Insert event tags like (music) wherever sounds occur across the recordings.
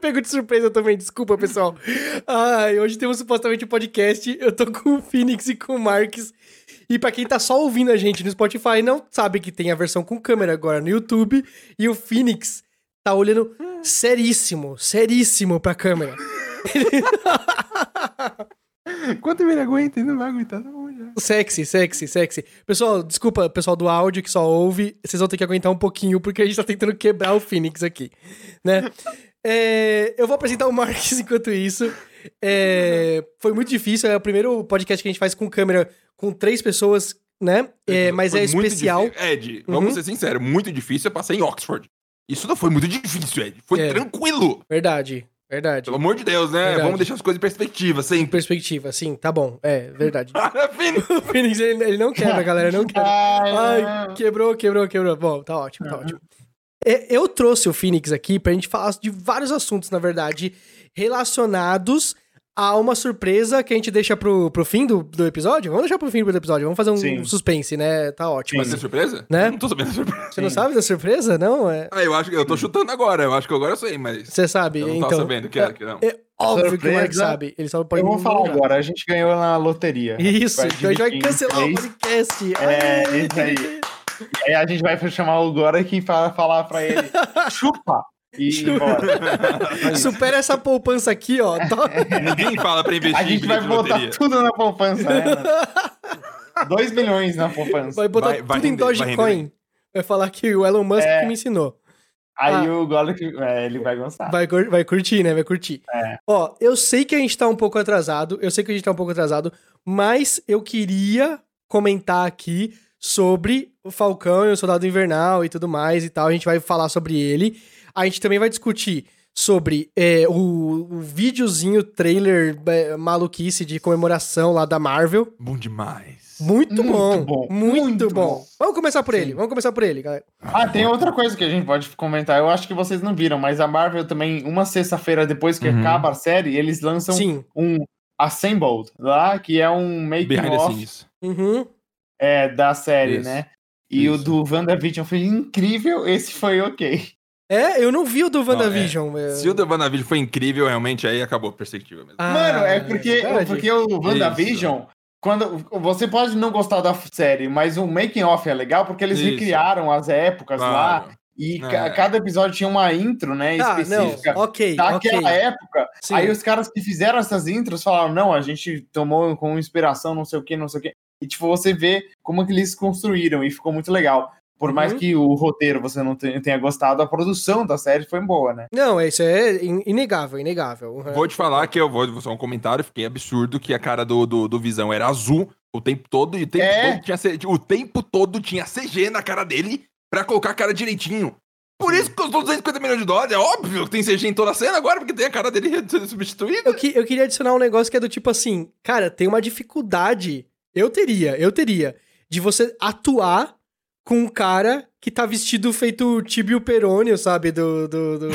pego de surpresa também, desculpa, pessoal. Ai, hoje temos supostamente um podcast. Eu tô com o Phoenix e com o Marques. E pra quem tá só ouvindo a gente no Spotify, não sabe que tem a versão com câmera agora no YouTube. E o Phoenix tá olhando seríssimo, seríssimo pra câmera. Enquanto ele aguenta, ele não vai aguentar, tá bom já. Sexy, sexy, sexy. Pessoal, desculpa, pessoal do áudio que só ouve, vocês vão ter que aguentar um pouquinho, porque a gente tá tentando quebrar o Phoenix aqui, (laughs) né? É, eu vou apresentar o Marques (laughs) enquanto isso. É, foi muito difícil, é o primeiro podcast que a gente faz com câmera com três pessoas, né? É, mas Foi é muito especial. Uhum. difícil. Ed, vamos ser sinceros, muito difícil eu passar em Oxford. Isso não foi muito difícil, Ed. Foi É. tranquilo. Verdade, verdade. Pelo amor de Deus, né? Verdade. Vamos deixar as coisas em perspectiva (laughs) sempre. Perspectiva, sim, tá bom. É, verdade. Para, Vini. o (laughs) Phoenix, ele, ele não quebra, galera, não quebra. Ai, quebrou, quebrou, quebrou. Bom, tá ótimo, Uhum. tá ótimo. É, Eu trouxe o Phoenix aqui pra gente falar de vários assuntos, na verdade, relacionados a uma surpresa que a gente deixa pro, pro fim do, do episódio. Vamos deixar pro fim do episódio, vamos fazer um Sim. suspense, né? Tá ótimo. Mas é surpresa? Né? Não tô sabendo da surpresa. Você não sabe da surpresa? Não? É, Ah, eu acho que eu tô chutando agora. Eu acho que agora eu sei, mas. você sabe, Eu não então. tava sabendo que era, que não. É, é óbvio que o Mark Surpresa. sabe. Ele só pode Eu vou não falar lembrar. agora, a gente ganhou na loteria. Isso, Vai então a gente vai dividir em cancelar o três. podcast. É, Ai. isso aí. Aí a gente vai chamar o Gorek e fa- falar pra ele, chupa! E Chupa. bora. é (laughs) Supera essa poupança aqui, ó. (laughs) Tó- Ninguém fala pra investir A em gente bilhete vai de botar loteria. tudo na (laughs) poupança, né? 2 milhões na poupança. Vai botar Vai- vai tudo em render, vai render Dogecoin. Vai falar que o Elon Musk É. que me ensinou. Aí Ah. o Gorek, é, ele vai gostar. Vai, cur- vai curtir, né? Vai curtir. É. Ó, eu sei que a gente tá um pouco atrasado, eu sei que a gente tá um pouco atrasado, mas eu queria comentar aqui sobre o Falcão e o Soldado Invernal e tudo mais e tal. A gente vai falar sobre ele. A gente também vai discutir sobre é, o, o videozinho, trailer é, maluquice de comemoração lá da Marvel. Bom demais. Muito, Muito bom, bom, Muito, muito bom. bom. Vamos começar por Sim. ele. Vamos começar por ele, galera. Ah, tem outra coisa que a gente pode comentar. Eu acho que vocês não viram, mas a Marvel também, uma sexta-feira depois que Uhum. acaba a série, eles lançam Sim. um Assembled lá, que é um Behind the making-off scenes. Uhum. é, da série, Isso. né? E o Isso. do WandaVision foi incrível, esse foi ok. É, eu não vi o do WandaVision. é. Se o Devanavid foi incrível, realmente, aí acabou a perspectiva mesmo. Ah, Mano, é porque, verdade. porque o WandaVision, quando, você pode não gostar da série, mas o making-off é legal porque eles Isso. recriaram as épocas lá Claro. e É. ca- cada episódio tinha uma intro, né, Ah, não, específica. Tá, ok, Daquela ok. época, Sim. é, Aí os caras que fizeram essas intros falaram, não, a gente tomou com inspiração, não sei o que, não sei o que. E, tipo, você vê como que eles construíram e ficou muito legal. Por mais Uhum. que o roteiro você não tenha tenha gostado, a produção da série foi boa, né? Não, isso é in- inegável, inegável. Uhum. Vou te falar que eu vou vou só um comentário, fiquei absurdo que a cara do, do, do Visão era azul o tempo todo e o tempo, É. todo tinha, C- o tempo todo tinha CG na cara dele pra colocar a cara direitinho. Por isso que custou 250 milhões de dólares, é óbvio que tem CG em toda a cena agora, porque tem a cara dele (laughs) sendo substituída. Eu, que- eu queria adicionar um negócio que é do tipo assim, cara, tem uma dificuldade. Eu teria, eu teria. De você atuar com um cara que tá vestido feito Tibio Perônio, sabe? Do, do, (laughs) do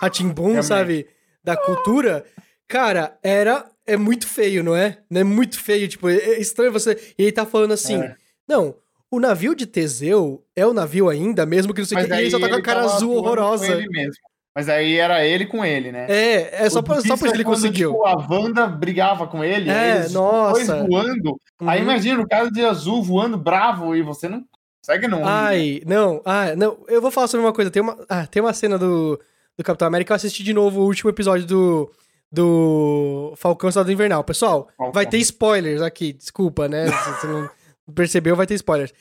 Ratimbum, Realmente. sabe? Da cultura. Cara, era. É muito feio, não é? Não é muito feio. Tipo, é- é estranho você. E ele tá falando assim. É. Não, o navio de Teseu é o navio ainda, mesmo que não sei o Mas que. E ele só tá com a ele cara tava azul atuando com horrorosa. ele mesmo. Mas aí era ele com ele, né? É, é só, O pra, só difícil por isso que ele é quando, conseguiu. Tipo, a Wanda brigava com ele, É, aí eles dois nossa. voando. tipo, Aí é Uhum. imagina o cara de azul voando bravo e você não consegue não. Ai, não, ai, não. Eu vou falar sobre uma coisa. Tem uma, ah, tem uma cena do, do Capitão América. Eu assisti de novo o último episódio do, do Falcão e Soldado Invernal. Pessoal, Falcão. vai ter spoilers aqui. Desculpa, né? (laughs) Se você não percebeu, vai ter spoilers.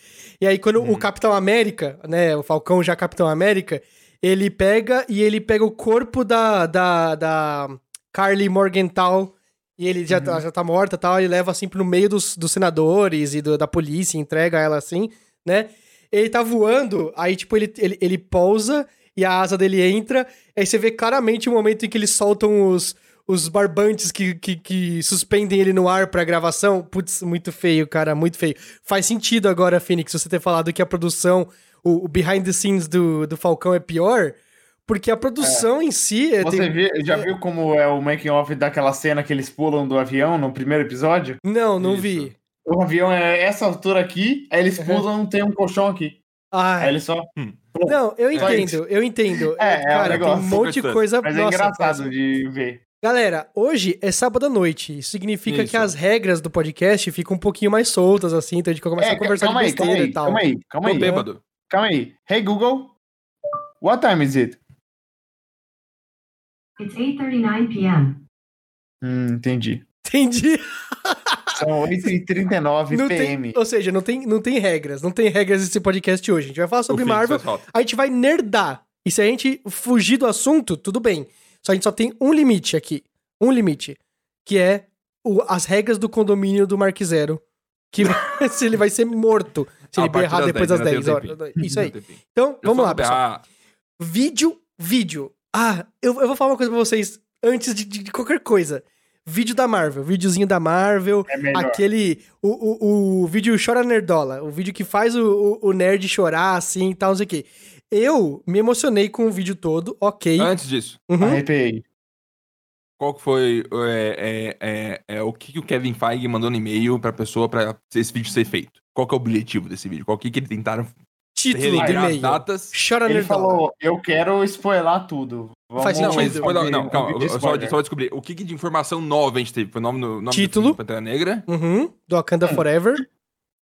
E aí, quando o Capitão América, né? O Falcão já Capitão América, ele pega e ele pega o corpo da, da, da Carly Morgenthau. E ele já, tá- já tá morta e tal, ele leva assim pro meio dos, dos senadores e do- da polícia, entrega ela assim, né? Ele tá voando, aí tipo, ele, ele, ele pousa e a asa dele entra, aí você vê claramente o momento em que eles soltam os, os barbantes que, que, que suspendem ele no ar pra gravação. Putz, muito feio, cara, muito feio. Faz sentido agora, Phoenix, você ter falado que a produção, o, o behind the scenes do, do Falcão é pior, porque a produção em si... é- Você tem- vê- já viu como é o making off daquela cena que eles pulam do avião no primeiro episódio? Não, não Isso. vi. O avião é essa altura aqui, aí eles Uhum. pulam, tem um colchão aqui. Aí Ai, ele só. não, eu Só entendo, eu entendo. É, é um cara, tem um negócio. monte de coisa. Mas é nossa, engraçado de ver. Galera, hoje é sábado à noite. Isso significa Isso. que as regras do podcast ficam um pouquinho mais soltas, assim, então a gente começa É, a conversar de calma aí, calma besteira aí, e tal. calma aí, calma Tô é. aí. bêbado. Calma aí. Hey Google, what time is it? It's 8:39 p.m. Hum, entendi. Entendi. (laughs) São 8h39 Não tem, PM. ou seja, não tem, não tem regras. Não tem regras nesse podcast hoje. A gente vai falar sobre O Phoenix Marvel, faz falta. a gente vai nerdar. E se a gente fugir do assunto, tudo bem. Só a gente só tem um limite aqui. Um limite. Que é o- as regras do condomínio do Mark Zero. (laughs) Que vai- se ele vai ser morto. Se A ele partir berrar das depois das 10, ainda tem um 10 horas. Isso aí. Então, Eu vamos sou lá, do pessoal. PA. Vídeo, vídeo. Ah, eu, eu vou falar uma coisa pra vocês antes de, de- de qualquer coisa. Vídeo da Marvel, videozinho da Marvel, É melhor. aquele. O, o, o vídeo Chora Nerdola, o vídeo que faz o, o, o nerd chorar assim e tal, não sei o quê. Eu me emocionei com o vídeo todo, ok. Antes disso, Uhum. Arrepiei. qual que foi é, é, é, é, o que, que o Kevin Feige mandou no e-mail pra pessoa pra esse vídeo ser feito? Qual que é o objetivo desse vídeo? Qual que, que eles tentaram Título do relegrar as e-mail. datas? Chora Ele Nerdola. falou, eu quero spoiler tudo. Tá Faz Não, sentido. mas foi lá- fazer não, um calma, vídeo eu- eu só, spoiler. só descobri. O que, que de informação nova a gente teve? Foi o nome, do- nome do Título. filme Pantera Negra? Uhum. Do Wakanda Hum. Forever.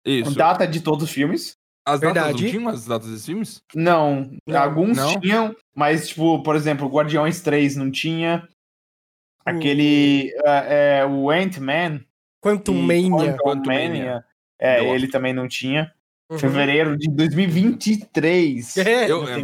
Isso. Data de todos os filmes? As datas, Verdade. não tinham as datas desses filmes? Não, Não. alguns Não? tinham, mas, tipo, por exemplo, Guardiões 3 não tinha. Aquele. é, é, o Ant-Man. Quantum e Mania. Quantumania, Quantumania. É, Eu ele também não tinha. Uhum. Fevereiro de (laughs) 2023. É. Eu, não é,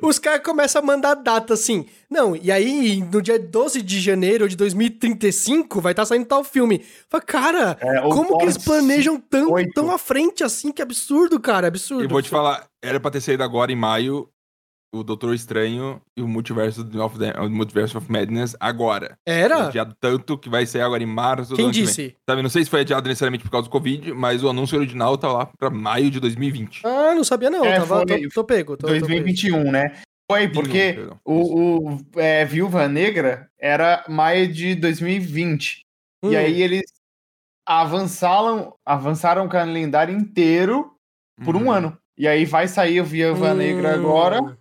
Os caras começam a mandar data assim. Não, e aí no dia 12 de janeiro de 2035 vai estar saindo tal filme. Fala, cara, É, o como que eles Forte planejam tão, oito. tão à frente assim? Que absurdo, cara, absurdo. (laughs) eu vou te falar, era pra ter saído agora em maio o Doutor Estranho e o Multiverso of, the, o Multiverse of Madness agora. É Era? Adiado tanto que vai sair agora em março do Quem ano que vem. disse? Sabe, não sei se foi adiado necessariamente por causa do Covid, mas o anúncio original tá lá pra maio de 2020. Ah, não sabia não. É, Tava, foi tô, tô pego. Tô, tô pego. 2021, né? Foi, porque Perdão. o, o é, Viúva Negra era maio de 2020. Hum, um. E aí eles avançaram, avançaram o calendário inteiro por um Uhum. ano. E aí vai sair o Viúva hum. Negra agora.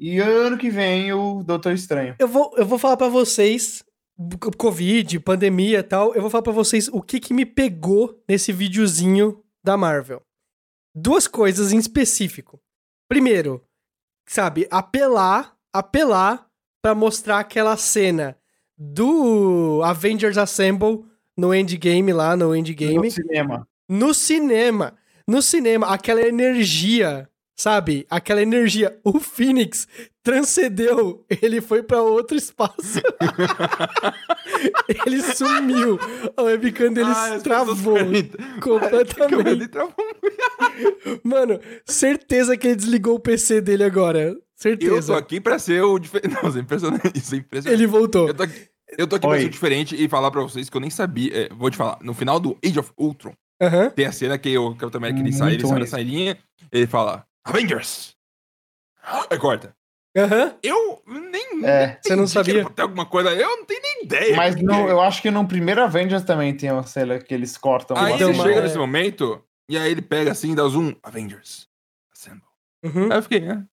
E ano que vem o Doutor Estranho. Eu vou, eu vou falar pra vocês, c- Covid, pandemia e tal, eu vou falar pra vocês o que que me pegou nesse videozinho da Marvel. Duas coisas em específico. Primeiro, sabe, apelar, apelar pra mostrar aquela cena do Avengers Assemble no Endgame lá, no Endgame No cinema. no cinema. No cinema, aquela energia, sabe? Aquela energia. O Phoenix transcendeu. Ele foi pra outro espaço. (laughs) ele sumiu. A webcam dele Ah, as pessoas travou ficaram- (laughs) Ficaram completamente. ali, travou. Mano, certeza que ele desligou o PC dele agora. Eu tô Certeza. aqui pra ser o (laughs) diferente. Não, isso é impressionante. Isso é impressionante. Ele voltou. Eu tô aqui, eu tô aqui pra Oi. ser o diferente e falar pra vocês que eu nem sabia. é, vou te falar, no final do Age of Ultron, Aham. tem a cena que o Capitão América ele sai, ele Muito sai da mesmo. salinha, ele fala Avengers! Aí corta. Aham. Eu nem. É. Você não entendi que sabia? era pra ter alguma coisa, eu não tenho nem ideia. Mas no, eu acho que no primeiro Avengers também tem uma cena que eles cortam. Aí Deu ele uma- chega nesse é. momento, e aí ele pega assim, dá zoom, Avengers. Assemble. Uhum. Aí eu fiquei, né?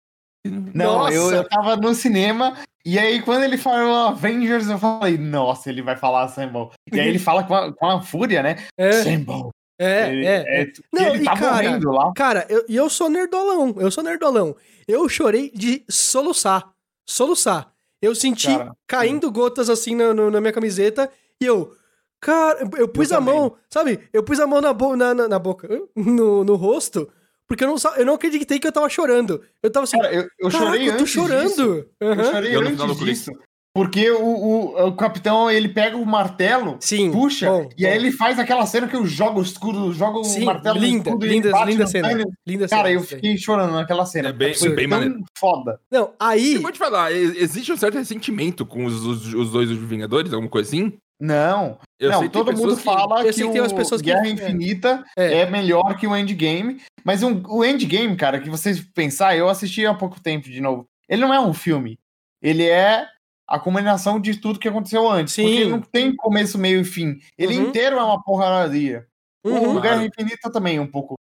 Não, eu, Nossa! eu tava no cinema. E aí, quando ele falou Avengers, eu falei, nossa, ele vai falar Assemble. E aí ele fala com a, com a fúria, né? É, Assemble. Ele- é, é. é- e Não, ele e tá cara, morrendo lá. Cara, eu- e eu, sou nerdolão, eu sou nerdolão. Eu chorei de soluçar, soluçar. Eu senti Cara, hum. caindo gotas assim na, no- na minha camiseta e eu, cara, eu pus a também. mão, sabe? Eu pus a mão na, bo na, na, na boca, no, no rosto, porque eu não, sa- eu não acreditei que eu tava chorando. Eu tava assim, Cara, eu, eu caraca, chorei eu tô antes disso. chorando. Eu Aham. chorei Eu no final do antes clipe. disso. Porque o, o, o capitão, ele pega o martelo, Sim. puxa, bom, e aí bom. ele faz aquela cena que eu jogo o escudo, jogo Sim, o martelo no linda, escudo linda, ele bate linda no cena. Thanos. Linda cena. Cara, eu isso aí. fiquei chorando naquela cena. É bem- Foi bem tão maneiro. foda. Não, aí. Eu vou te falar, e- existe um certo ressentimento com os, os, os dois os Vingadores, alguma coisa assim? Não, Eu não, sei que tem todo mundo pessoas que- fala eu que, sei que tem umas o pessoas que- Guerra é. Infinita É. é. melhor que o Endgame, mas um- o Endgame, cara, que vocês pensar, eu assisti há pouco tempo de novo. Ele não é um filme. Ele é a combinação de tudo que aconteceu antes. Sim. Porque ele não tem começo, meio e fim. Ele Uhum. inteiro é uma porradaria. Uhum. O Guerra Claro. Infinita também é um pouco.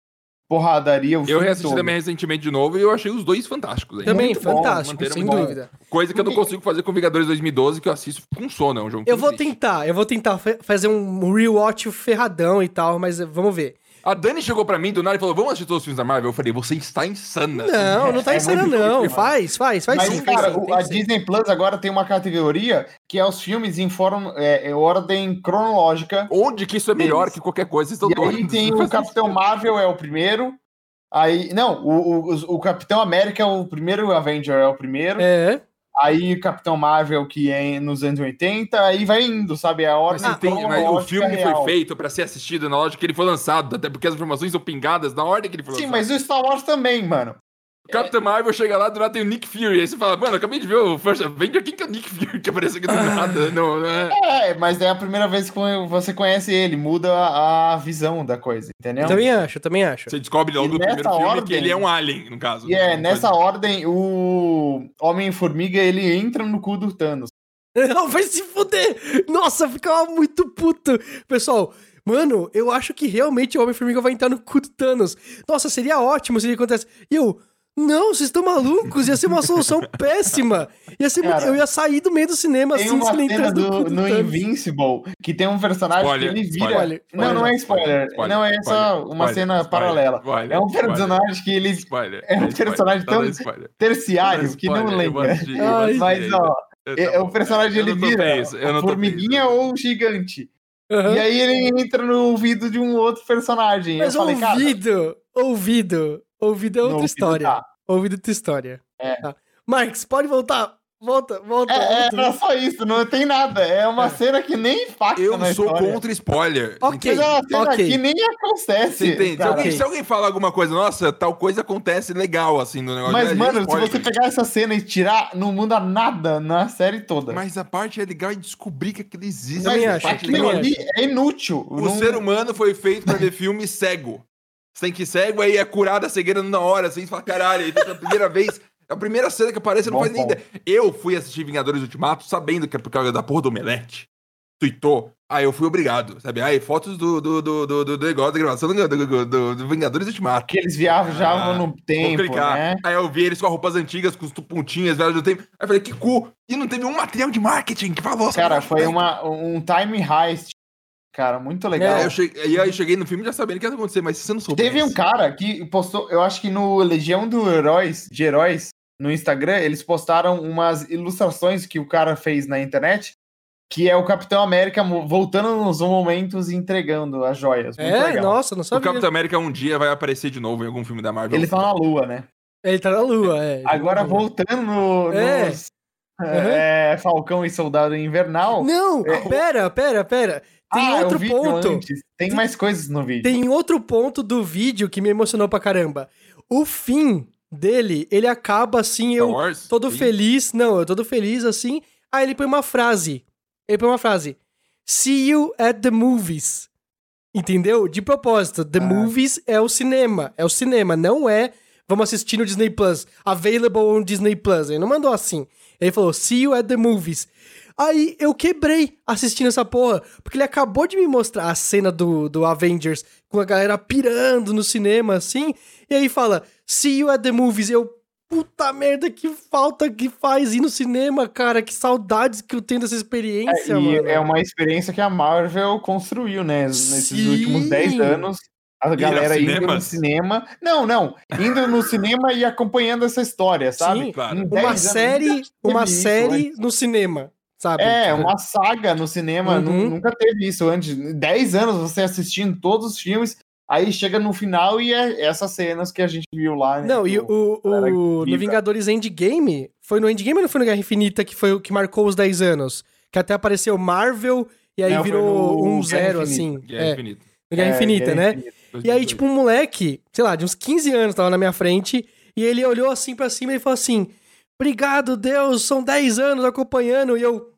porradaria o Eu filme reassisti todo. também recentemente de novo e eu achei os dois fantásticos. hein? Também, Muito bom, fantástico, manteram sem bom. dúvida. Coisa que eu não Porque- consigo fazer com Vingadores 2012, que eu assisto com sono, é um jogo que Eu vou existe. tentar, eu vou tentar fa- fazer um rewatch ferradão e tal, mas eh, vamos ver. A Dani chegou pra mim do nada e falou, vamos assistir todos os filmes da Marvel? Eu falei, você está insana. Não, não tá é insano, muito não. difícil. Faz, faz, faz Mas, sim. faz cara, sim, o- tem a que ser. Disney Plus agora tem uma categoria que é os filmes em forma, é, é ordem cronológica. Onde que isso é melhor que qualquer coisa? Vocês estão E aí doidos. tem o Capitão Marvel é o primeiro. Aí, não, o, o, os- o Capitão América é o primeiro, o Avenger é o primeiro. É. Aí o Capitão Marvel, que é em- nos anos 80, aí vai indo, sabe? É a Mas, ordem você entende, mas o cronológica filme real. foi feito pra ser assistido na lógica que ele foi lançado, até porque as informações são pingadas na ordem que ele foi Sim, lançado. mas o Star Wars também, mano. O Capitão Marvel chega lá, do nada tem o Nick Fury. Aí você fala, mano, acabei de ver o First Avenger, quem que é o Nick Fury que apareceu (laughs) aqui do nada? Não, não é. É, mas é a primeira vez que você conhece ele, muda a a visão da coisa, entendeu? Eu também acho, eu também acho. Você descobre logo E no primeiro nessa filme que ordem- ele é um alien, no caso. E é, Uma nessa coisa- ordem, o Homem-Formiga, ele entra no cu do Thanos. (laughs) Não, vai se fuder! Nossa, eu ficava muito puto. Pessoal, mano, eu acho que realmente o Homem-Formiga vai entrar no cu do Thanos. Nossa, seria ótimo se ele acontece. E eu, não, vocês estão malucos? Ia ser uma solução (laughs) péssima. Ia ser muito- Cara, Eu ia sair do meio do cinema Tem assim, uma se ele cena entrasse no do, cu do no Thanos. Invincible que tem um personagem Spoiler, que ele vira. spoiler, não, não é spoiler. spoiler, não, é só spoiler, uma spoiler, cena spoiler, paralela. spoiler, é um spoiler, personagem que ele. Spoiler. (laughs) é um spoiler, personagem tá dando tão- spoiler. Terciário, que não Spoiler, eu vou lembra. assistir, eu vou Ai, assistir Mas, ainda. ó, Eu- tá é, o bom. personagem Eu ele não tô vira pra isso, eu não tô pra formiguinha isso. ou gigante. Aham. E aí ele entra no ouvido de um outro personagem. Mas eu falei, cara, ouvido, ouvido, ouvido é no outra ouvido história. tá. Ouvido é outra história. É. Tá. Marx, pode voltar. Volta, volta. É, é, volta. era só isso, não tem nada. É uma É. cena que nem impacta Eu na sou história. contra spoiler. Ok. Mas entende? é uma cena Ok. que nem acontece. Você entende? Se cara. alguém, se alguém fala alguma coisa, nossa, tal coisa acontece legal, assim, no negócio. Mas, é mano, se spoiler. você pegar essa cena e tirar, não muda nada na série toda. Mas, Mas a parte é legal e descobrir que aquilo existe. Também Essa acho, parte também legal. aquilo ali é inútil. O não- ser humano foi feito pra ver filme cego. Você tem que ir cego, aí é curado a cegueira na hora, assim, você fala, caralho, aí tem a primeira vez. É A primeira cena que aparece, você não Bom faz nem ponto. ideia. Eu fui assistir Vingadores Ultimato sabendo que é por causa da porra do Omelete. Tuitou. Aí eu fui obrigado, sabe? Aí fotos do, do, do, do, do negócio da gravação do, do, do- do Vingadores Ultimato. Que eles viajavam Ah, no Vou tempo, clicar. né? Aí eu vi eles com as roupas antigas, com os pontinhas, velho do tempo. Aí eu falei, que cu! E não teve um material de marketing que falou. sabe? Cara, foi uma, um time heist. Cara, muito legal. É, eu cheguei, aí eu cheguei no filme já sabendo o que ia acontecer, mas se você não soubesse... Teve um cara que postou, eu acho que no Legião do Heróis, de Heróis, no Instagram, eles postaram umas ilustrações que o cara fez na internet, que é o Capitão América mo- voltando nos momentos e entregando as joias. Muito É, legal. nossa, não O sabia. Capitão América um dia vai aparecer de novo em algum filme da Marvel. Ele tá na lua, né? Ele tá na lua, é. Agora Ele tá na lua. voltando no, É. nos, é, Falcão e Soldado Invernal. Não, pera, pera, pera. Tem É, Ah, eu outro vi ponto. antes. Tem Tem- mais coisas no vídeo. Tem outro ponto do vídeo que me emocionou pra caramba. O fim dele, ele acaba assim, Então, Star eu Wars, todo sim. feliz. Não, eu todo feliz assim. Aí ele põe uma frase. Ele põe uma frase. See you at the movies. Entendeu? De propósito, the Ah. movies é o cinema. É o cinema, não é vamos assistir no Disney Plus. Available on Disney Plus. Ele não mandou assim. Ele falou, see you at the movies. Aí eu quebrei assistindo essa porra, porque ele acabou de me mostrar a cena do, do Avengers com a galera pirando no cinema, assim, e aí fala, see you at the movies. Eu, puta merda, que falta que faz ir no cinema, cara, que saudades que eu tenho dessa experiência, E mano. é uma experiência que a Marvel construiu, né? Nesses Sim. últimos 10 anos. A ao galera indo no cinemas. cinema. Não, não. Indo no cinema e acompanhando essa história, sabe? Sim, claro. Uma Em 10 Uma anos, série, nunca teve uma isso série antes. no cinema, sabe? É, uma saga no cinema. Uhum. nu- Nunca teve isso antes. 10 anos você assistindo todos os filmes. Aí chega no final e é essas cenas que a gente viu lá. Né, Não, e do- o, o- cara, no incrível. Vingadores Endgame, foi no Endgame ou não foi no Guerra Infinita que foi o que marcou os 10 anos? Que até apareceu Marvel e aí Não, foi virou no um Guerra zero, Infinita. assim. Guerra é, Infinita. no Guerra É, Infinita, Guerra né? E aí, tipo, um moleque, sei lá, de uns 15 anos tava na minha frente, e ele olhou assim pra cima e falou assim: Obrigado, Deus, são 10 anos acompanhando, e eu.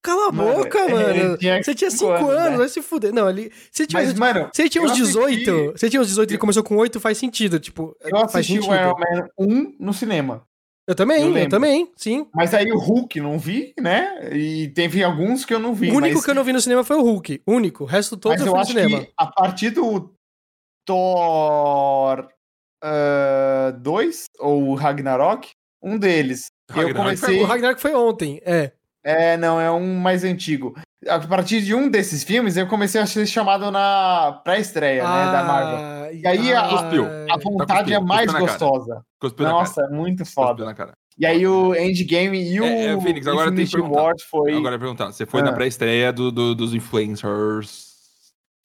Cala a Mano, boca, (laughs) ele mano. tinha Você tinha 5 cinco anos, anos, né? vai se fuder. Não, ele. Você tinha, Mas, mano, você tinha eu uns assisti- 18. Você tinha uns 18 e começou com 8, faz sentido. Tipo, eu faz assisti sentido. o Iron Man 1 no cinema. Eu também, Eu eu, lembro. também, sim. Mas aí o Hulk não vi, né? E teve alguns que eu não vi. o único mas, que eu não vi no cinema foi o Hulk. Único. O resto todo mas eu eu fui no acho cinema. que a partir do Thor 2 ou Ragnarok, um deles. Ragnarok eu foi comecei. O Ragnarok foi ontem, é. É, não, é um mais antigo. A partir de um desses filmes, eu comecei a ser chamado na pré-estreia, né, da Marvel. E aí a- Cuspiu. Ah, A vontade cuspindo, é mais cuspindo na cara. gostosa. Cuspiu na cara. Nossa, é muito foda. Cuspiu na cara. E aí o Endgame e o É, é, Phoenix, agora eu tenho que Infinity War foi... Agora eu ia perguntar, você foi Ah. na pré-estreia do- do- dos influencers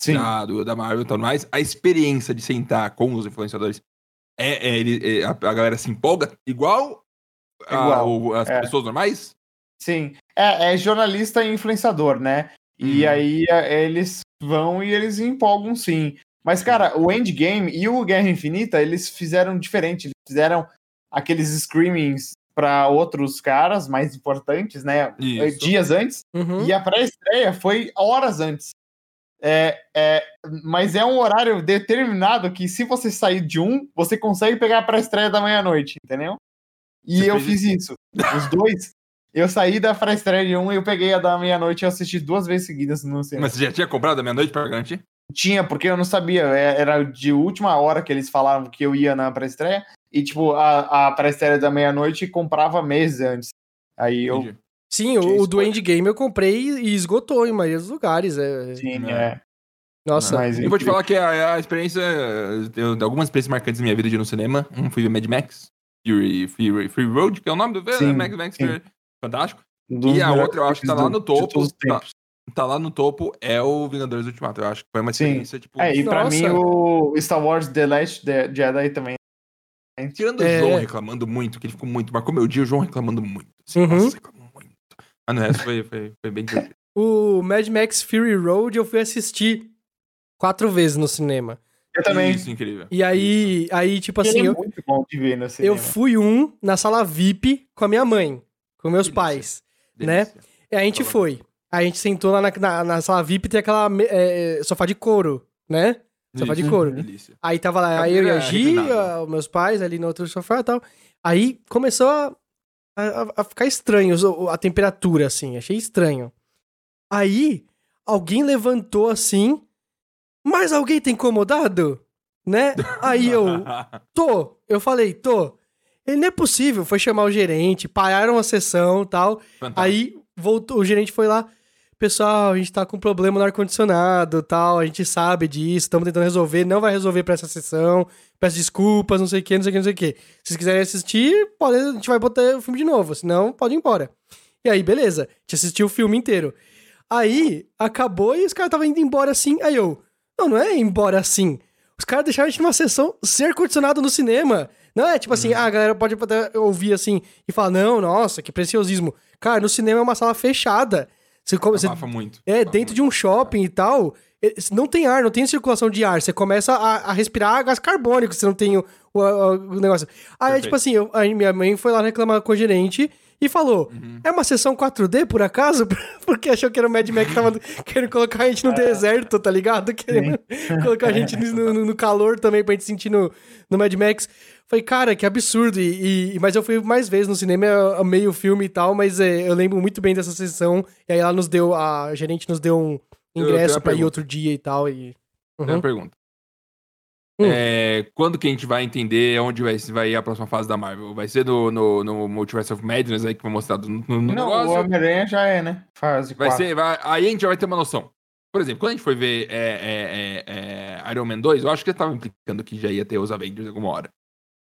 Sim. da, do- da Marvel e tudo mais, a experiência de sentar com os influenciadores, é, é, ele- é- a, a galera se empolga igual, a- Igual, o- as é. pessoas normais? Sim. É, é jornalista e influenciador, né? E Uhum. aí a- eles vão e eles empolgam sim. Mas, cara, o Endgame e o Guerra Infinita, eles fizeram diferente. Eles fizeram aqueles screamings para outros caras mais importantes, né? eh, Isso. Dias antes. Uhum. E a pré-estreia foi horas antes. É, é, mas é um horário determinado que se você sair de um, você consegue pegar a pré-estreia da meia-noite, entendeu? E Você eu fez fiz isso. Os dois. Eu saí da pré-estreia de um e eu peguei a da meia-noite e eu assisti duas vezes seguidas no cinema. Mas você já tinha comprado à meia-noite pra garantir? Tinha, porque eu não sabia. é- Era de última hora que eles falaram que eu ia na pré-estreia. E, tipo, a, a pré-estreia da meia-noite comprava meses antes. Aí eu. Entendi. Sim, Tinha o, o do escolha. Endgame eu comprei e esgotou em maioria dos lugares. é- Sim, Não. é. Nossa, Mas, Eu vou te falar que a, a experiência. Eu, algumas experiências marcantes na minha vida de ir no cinema. Um fui ver Mad Max, Fury, Fury, Fury Road, que é o nome do filme, Sim, Mad Max sim. Fury. Fantástico. um dos e a melhores outra, eu acho que tá filmes lá no do- de topo. todos os Tá, tempos. tá lá no topo é o Vingadores Ultimato. Eu acho que foi uma Sim. experiência, tipo. É, e pra Nossa. mim o Star Wars The Last Je- Jedi também. Tirando É. o João reclamando muito, que ele ficou muito. Marcou meu dia, o João reclamando muito. Assim, Uhum. Nossa, reclamou muito. Mas no resto foi, foi, foi (laughs) bem divertido. o Mad Max Fury Road eu fui assistir quatro vezes no cinema. Eu também. Isso, incrível. E aí, aí tipo assim, Ele é eu, muito bom de ver no cinema. eu fui um na sala VIP com a minha mãe, com meus Delícia. pais. né? Delícia. E a gente Sala foi. A gente sentou lá na, na, na sala VIP, tem aquela me- é, sofá de couro, né? Sofá de Delícia. couro. Delícia. Aí tava lá aí eu e a Cadeira Gi, reclinada. a- os meus pais ali no outro sofá e tal. Aí começou a, a- a ficar estranho os- o- a temperatura, assim. Achei estranho. Aí alguém levantou assim, mas alguém tá incomodado? Né? Aí eu, tô. Eu falei, tô. Ele não é possível. Foi chamar o gerente, pararam a sessão e tal. (laughs) Fantástico. Aí voltou, o gerente foi lá. Pessoal, a gente tá com problema no ar-condicionado tal, a gente sabe disso, estamos tentando resolver, não vai resolver pra essa sessão, peço desculpas, não sei o que, não sei o que, não sei o que. Se vocês quiserem assistir, pode, a gente vai botar o filme de novo, senão pode ir embora. E aí, beleza, a gente assistiu o filme inteiro. Aí, acabou e os caras estavam indo embora assim, aí eu, não, não é ir embora assim. Os caras deixaram a gente numa sessão sem ar-condicionado no cinema. Não é tipo assim, ah, a galera pode até ouvir assim e falar, não, nossa, que preciosismo. Cara, no cinema é uma sala fechada. Você, come- você- Abafa muito. é, dentro de um shopping e tal, eh, não tem ar, não tem circulação de ar. Você começa a, a respirar gás carbônico, você não tem o, o- o- o negócio. Aí, Perfeito. tipo assim, eu- aí minha mãe foi lá reclamar com o gerente e falou: Uhum. é uma sessão 4D, por acaso? (laughs) Porque achou que era o Mad Max que tava querendo colocar a gente É. no deserto, tá ligado? Querendo colocar a gente no, no- no calor também pra gente sentir no, no Mad Max. Falei, cara, que absurdo. E, e- mas eu fui mais vezes no cinema, eu amei o filme e tal, mas eh, eu lembro muito bem dessa sessão. E aí ela nos deu, a gerente nos deu um Eu tenho ingresso uma pra ir pergunta. outro dia e tal. E... Tem uma Uhum. pergunta. Hum. É, quando que a gente vai entender onde vai, se vai ir a próxima fase da Marvel? Vai ser no, no, no Multiverse of Madness aí que foi mostrado no, no- no Não, o negócio? Homem-Aranha já é, né? Fase Vai quatro. ser, vai- aí a gente já vai ter uma noção. Por exemplo, quando a gente foi ver é, é, é, é, Iron Man 2, eu acho que eu tava implicando que já ia ter os Avengers alguma hora.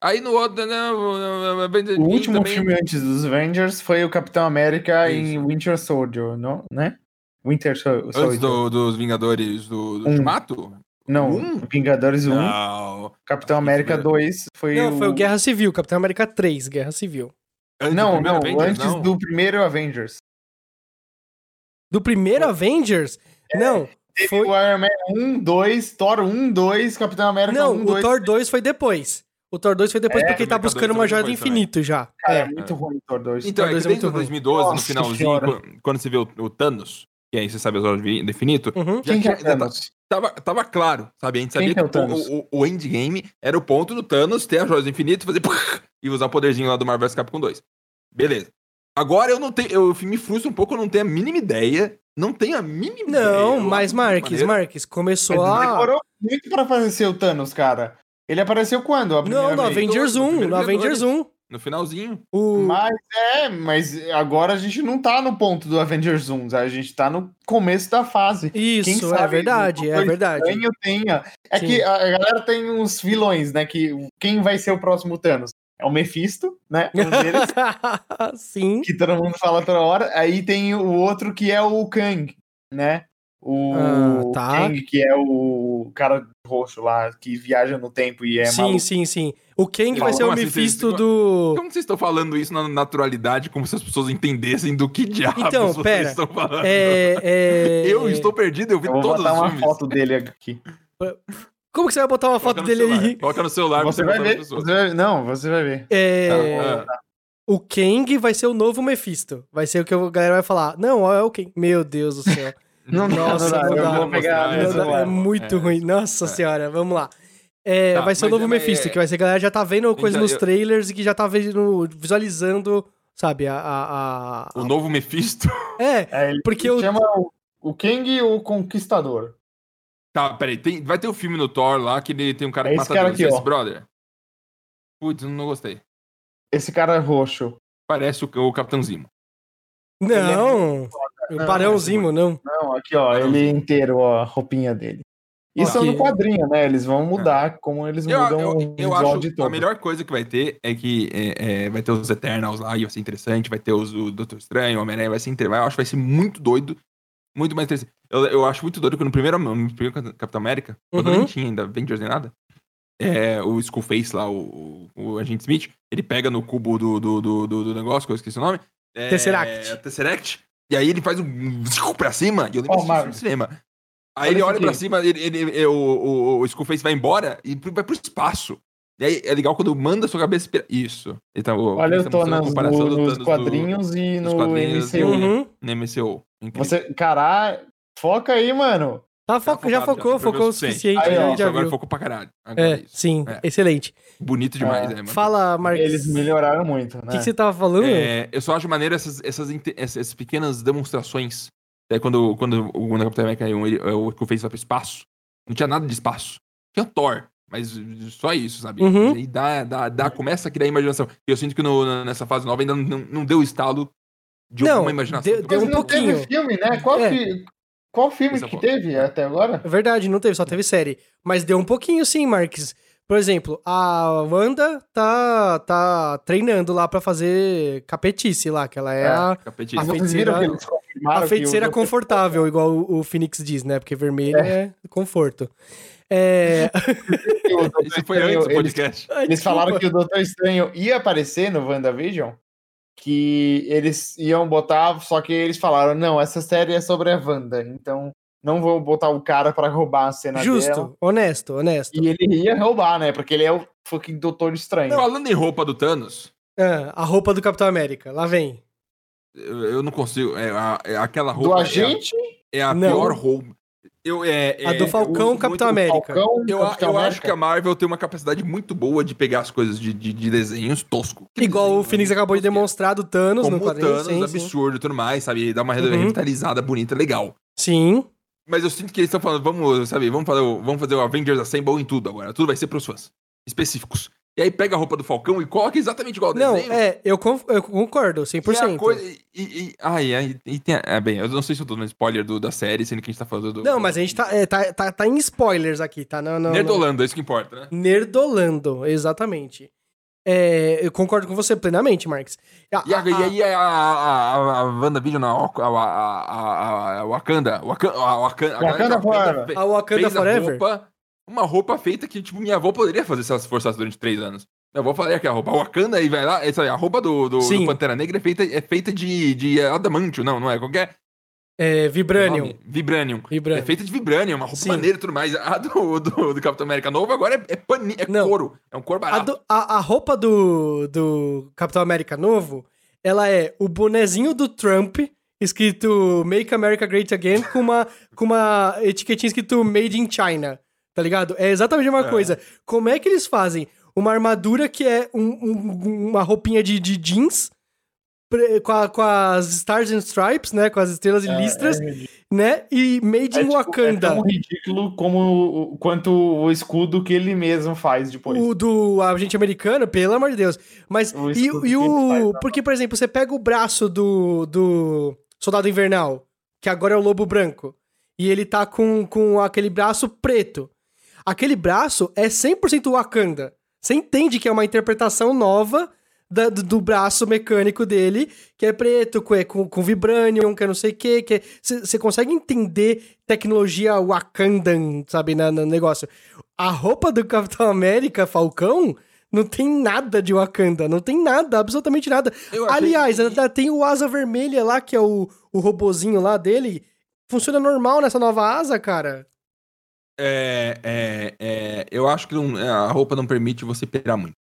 Aí no outro, né, o- o- o- Avengers O último também- filme antes dos Avengers foi o Capitão América em Isso. Winter Soldier, não, né? Winter Sol- Soldier. Antes do- dos Vingadores do, do é Um. Ultimato? Não, Um? Vingadores 1, Não. Capitão Acho que América foi- 2 foi Não, o... um foi o Guerra Civil, Capitão América 3, Guerra Civil. Antes do Não, primeiro não, Avengers, antes não? do primeiro Avengers. Do primeiro Avengers? É, Não, O foi... Iron Man 1, 2, Thor 1, 2, Capitão América não 1, o 2. Thor 2 foi depois. O Thor 2 foi depois porque ele tá Capitão buscando um, É, América uma 2 joia do foi depois infinito já. Cara, É. é muito ruim Thor 2. Então, é Thor dois que é dentro muito de ruim. 2012, no Nossa finalzinho, senhora. quan- quando você vê o, o Thanos, que aí você sabe as horas do infinito, Uhum. já Quem que tinha- é o já tá- Thanos? tava, tava claro, sabe? A gente Quem sabia que é o que o, Thanos? o- o endgame era o ponto do Thanos ter as joias do infinito, fazer (laughs) e usar o poderzinho lá do Marvel vs Capcom 2. Beleza. Agora eu não tenho. Eu me frustro um pouco, eu não tenho a mínima ideia Não tem a mínima Não, ideia. Eu mas acho muito Marques, maneiro. né? Marques, começou Ele a. demorou muito pra aparecer o Thanos, cara. Ele apareceu quando? A primeira Não, no vez? Avengers No 1, primeiro no Avengers 1. No finalzinho. O... Mas é, mas agora a gente não tá no ponto do Avengers 1, sabe? a gente tá no começo da fase. Quem Isso, é sabe verdade, uma é coisa verdade. Estranho tenha. É Sim. que a a galera tem uns vilões, né? Que quem vai ser o próximo Thanos? É o Mephisto, né? (laughs) Um deles, Sim. que todo mundo fala toda hora. Aí tem o outro que é o Kang, né? O Ah, tá. Kang, que é o cara roxo lá, que viaja no tempo e é sim, maluco. sim, sim. O Kang vai Não, ser o como assim, Mephisto vocês- do. Como vocês estão falando isso na naturalidade, como se as pessoas entendessem do que diabos Então, vocês pera. estão falando? É, é... (laughs) Eu estou perdido, eu vi Eu vou todos os botar uma filmes. foto dele aqui. (laughs) Como que você vai botar uma foto Coloca no dele celular, aí? Coloca no celular. Você pra vai mostrar ver. pras pessoas. você vai ver. Não, você vai ver. É, Ah, O Kang vai ser o novo Mephisto. Vai ser o que a galera vai falar. Não, ó, é o Kang. Meu Deus do céu. (laughs) Não, dá, Nossa, não eu dá. vou pegar. Ah, Não, essa não, é é boa. muito É, ruim. Nossa senhora, vamos lá. É, Tá, vai ser o mas novo é- Mephisto, que vai ser a galera já tá vendo coisa Então, nos eu- trailers e que já tá vendo, visualizando, sabe, a. a- a- O novo Mephisto. (laughs) É, É, ele Porque se eu- chama o, o Kang e o Conquistador. Tá, peraí. Tem, vai ter um filme no Thor lá que ele tem um cara É que esse mata cara todos, aqui, ó. esse brother. Putz, não gostei. Esse cara roxo. Parece o, o Capitão Zimo. é não. Não, o Barãozinho, não. Não, aqui, ó, ele inteiro, ó, a roupinha dele. Isso Aqui. é no quadrinho, né? Eles vão mudar como eles É. Eu, mudam eu, o eu visual acho de que a todo. melhor coisa que vai ter é que é, é, vai ter os Eternals lá e vai ser interessante, vai ter os o Doutor Estranho, o Homem-Aranha, vai ser inter... vai- Eu acho que vai ser muito doido, muito mais interessante. Eu, eu acho muito doido que no primeiro, no primeiro Capitão América, quando Uhum. nem tinha ainda Avengers nem nada, é, o Skullface lá, o, o, o Agente Smith, ele pega no cubo do, do, do, do- do negócio, que eu esqueci o nome. É, Tesseract. Tesseract. E aí ele faz um um pra cima, e eu lembro Ó, oh, disso no Marvel. cinema. Aí Olha ele esse olha aqui. pra cima, ele, ele- ele- o, o, o Skullface vai embora e pro- vai pro espaço. E aí é legal quando manda sua cabeça. pira- Isso. Ele tá, o- Olha ele o tá mostrando a Thanos comparação no- do nos Thanos do- quadrinhos e nos no quadrinhos e MCU. no- Uhum. no MCU. Incrível. Você, caralho, foca aí, mano. Tá foco, já focado, focou, já foi focou o o suficiente. suficiente. Aí, né, ó, já agora viu. focou pra caralho. Agora É, é isso. sim, É. excelente. Bonito demais, É. é, mano. Fala, Marques. Eles melhoraram O muito, né? que, que você tava falando? É, eu só acho maneiro essas, essas, inte- essas, essas pequenas demonstrações. É, quando, quando o quando a Capitão América e o ele- é o Skullface vai pro espaço, não tinha nada de espaço. Tinha Thor, mas só isso, sabe? Uhum. E aí dá, dá, dá, começa a criar imaginação. E eu sinto que no- na- nessa fase nova ainda não, não deu o estalo de Não, alguma imaginação. deu- do deu Mas um Brasil. não pouquinho. teve filme, né? Qual, É. fi- qual filme Essa que foto. teve até agora? É verdade, não teve, só teve série. Mas deu um pouquinho sim, Marques. Por exemplo, a Wanda tá, tá treinando lá pra fazer capetice lá, que ela é, É, a, Capetice. A Vocês feiticeira- viram que eles confirmaram a que o feiticeira Doutor- confortável, igual o, o Phoenix diz, né? Porque vermelho é, conforto. É... que o Doutor Isso foi antes do Estranho, eles podcast. (laughs) Eles falaram que o Doutor Estranho um- ia aparecer no WandaVision, que eles iam botar, só que eles falaram, não, essa série é sobre a Wanda, então não vou botar o cara pra roubar a cena dela. Justo, honesto, honesto. E ele ia roubar, né? Porque ele é o fucking Doutor Estranho. Falando em roupa do Thanos, Ah, a roupa do Capitão América, lá vem. eu, eu não consigo. é a- é aquela do roupa é a, agente, é a Não. pior roupa. Eu, é, A é- do eu Falcão, uso Capitão muito- o América. Falcão, Eu, é Capitão eu acho América. que a Marvel tem uma capacidade muito boa de pegar as coisas de, de- de desenhos toscos. Igual o né? Phoenix acabou de demonstrar do Thanos Como no o quadrinho. Thanos, sim, sim. né? absurdo e tudo mais, sabe? Dá uma re- Uhum. revitalizada bonita, legal. sim, Mas eu sinto que eles estão falando, vamos, sabe, vamos fazer, o- vamos fazer o Avengers Assemble em tudo agora. Tudo vai ser pros fãs específicos. E aí pega a roupa do Falcão e coloca exatamente igual ao Não, desenho. é, eu, con- eu concordo, E é a 100%. coisa- e- e- e- ai, ai, e tem a- é, bem, eu não sei se eu tô dando spoiler do- da série, sendo que a gente tá falando do. Não, mas a gente tá, é, tá, tá, tá em spoilers aqui, tá? Não, não, não. Nerdolando, é isso que importa, né? Nerdolando, exatamente. É, eu concordo com você plenamente, Marx. A- E, a, a- e aí a, a, a, a WandaVision, não, a, Oc- a, a, a, a Wakanda, Wakanda, a Wakanda, Wakanda Forever. fe- a Wakanda fez a Forever? roupa- uma roupa feita que, tipo, minha avó poderia fazer se ela se forçasse durante três anos. Minha avó faria que a roupa a Wakanda e vai lá, essa, a roupa do, do, Sim. do Pantera Negra é feita, é feita de, de adamantio, não, não é? Qualquer É, Vibranium. Vibranium. É Vibranium. feita de vibranium, uma roupa Sim. maneira e tudo mais. A do, do, do Capitão América novo agora é, é, pani, é Não. couro. É um couro A, barato. do- a- a roupa do, do Capitão América Novo, ela é o bonezinho do Trump, escrito Make America Great Again, com (laughs) uma, com uma etiquetinha escrito Made in China, tá ligado? É exatamente a mesma É. coisa. Como é que um, eles fazem uma armadura que é um- um- uma roupinha de, de jeans, pre- com, a- com as Stars and Stripes, né? Com as estrelas e listras, né? E Made in tipo, Wakanda. é tão ridículo como o- quanto o escudo que ele mesmo faz depois. O do agente americano, pelo amor de Deus. Mas, O e, É um escudo e que o. ele faz, né? porque, por exemplo, você pega o braço do, do Soldado Invernal, que agora é o Lobo Branco, e ele tá com, com aquele braço preto. Aquele braço é 100% Wakanda. Você entende que é uma interpretação nova da- do, do braço mecânico dele, que é preto, que é com, com vibranium, que é não sei o quê, que. é- Você você consegue entender tecnologia Wakandan, sabe, na- no negócio. A roupa do Capitão América, Falcão, não tem nada de Wakanda, não tem nada, absolutamente nada. Eu achei- Aliás, ainda tem o Asa Vermelha lá, que é o, o robozinho lá dele. Funciona normal nessa nova asa, cara. É, é, é, eu acho que não- a roupa não permite você pirar muito.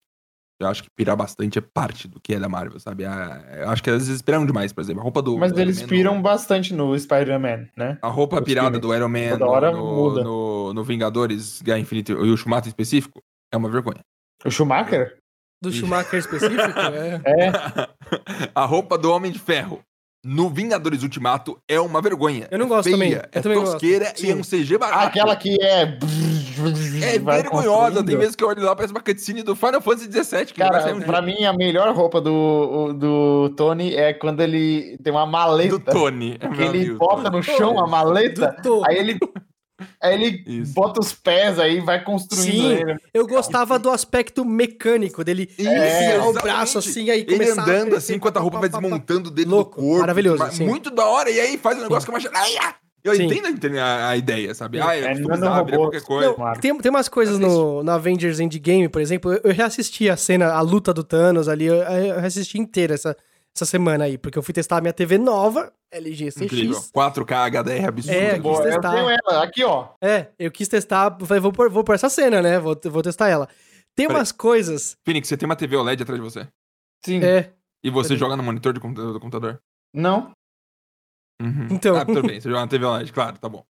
Eu acho que pirar bastante é parte do que é da Marvel, sabe? A- eu acho que às vezes piram demais, por exemplo. A roupa do. Mas do eles Iron Man, piram no- bastante no Spider-Man, né? A roupa os pirada filmes. do Iron Man Toda hora no, muda. no, no Vingadores, Guerra Infinita e o Schumacher específico é uma vergonha. (laughs) O Schumacher? Do Ih. Schumacher (laughs) específico, é. É. a roupa do Homem de Ferro no Vingadores Ultimato é uma vergonha. Eu não É gosto feia, também. Eu É também gosto. tosqueira e é Sim. um CG barato. Aquela que é. É vai vergonhosa. Tem construindo. vezes que eu olho lá, parece uma cutscene do Final Fantasy XVII. Que vai sair Cara, um pra mim a melhor roupa do, o- do Tony é quando ele tem uma do tá. maleta. Tony. que ele bota no chão a maleta, Do Thor. aí ele. Aí ele Isso. bota os pés aí e vai construindo Sim. ele. Eu gostava do aspecto mecânico dele enfiar o É, exatamente. braço assim, aí Ele começar andando assim, enquanto a roupa vai desmontando dele do Louco, corpo. maravilhoso, mas sim. Muito da hora. E aí faz um negócio que é mais... Ai, ai. Eu Sim. entendo, entendo a, a ideia, sabe? Sim. Ah, eu É, costumo nano um usar, vira robô. qualquer coisa. Não, Marvel. tem, tem umas coisas no, no Avengers Endgame, por exemplo. Eu, eu reassisti a cena, a luta do Thanos ali. Eu, eu reassisti inteira essa, essa semana aí, porque eu fui testar a minha TV nova, LG CX. Incrível. 4K HDR absurdo. É, aqui. quis Boa, eu testar. tenho ela, aqui ó. É, eu quis testar. Falei, vou pôr, vou pôr essa cena, né? Vou, vou testar ela. Tem Peraí. umas coisas. Phoenix, você tem uma TV OLED atrás de você. Sim. É, E você Peraí. joga no monitor do computador. Do computador. Não? Uhum. Então. Ah, tudo bem. Você joga na TV OLED, claro, tá bom.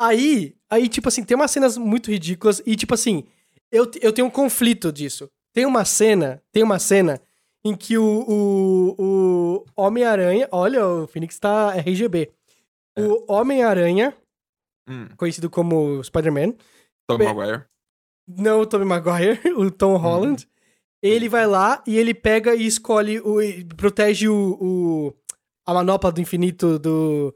Aí, aí, tipo assim, tem umas cenas muito ridículas e, tipo assim, eu, eu tenho um conflito disso. Tem uma cena, tem uma cena em que o, o, o Homem-Aranha, olha, o Phoenix tá RGB. O Homem-Aranha, Hum. conhecido como Spider-Man, Tom Bem- Maguire. não o Tobey Maguire, (laughs) o Tom Holland, ele vai lá e ele pega e escolhe, o, e protege o, o- a manopla do infinito do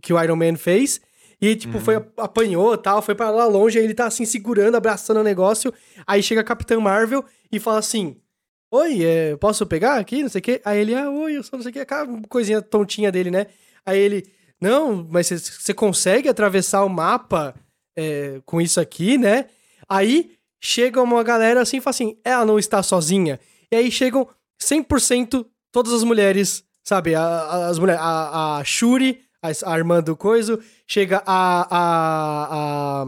que o Iron Man fez. E, tipo, foi, ap- apanhou tal, foi pra lá longe, aí ele tá assim segurando, abraçando o negócio. Aí chega a Capitã Marvel e fala assim: Oi, é, posso pegar aqui? Não sei o quê. Aí ele, ah, oi, eu sou não sei o quê, aquela coisinha tontinha dele, né? Aí ele, não, mas você- você consegue atravessar o mapa é, com isso aqui, né? Aí chega uma galera assim e fala assim: ela não está sozinha. E aí chegam 100% todas as mulheres, sabe? A, a- as mulheres, a, a Shuri, a, a irmã do Coiso, chega a, a,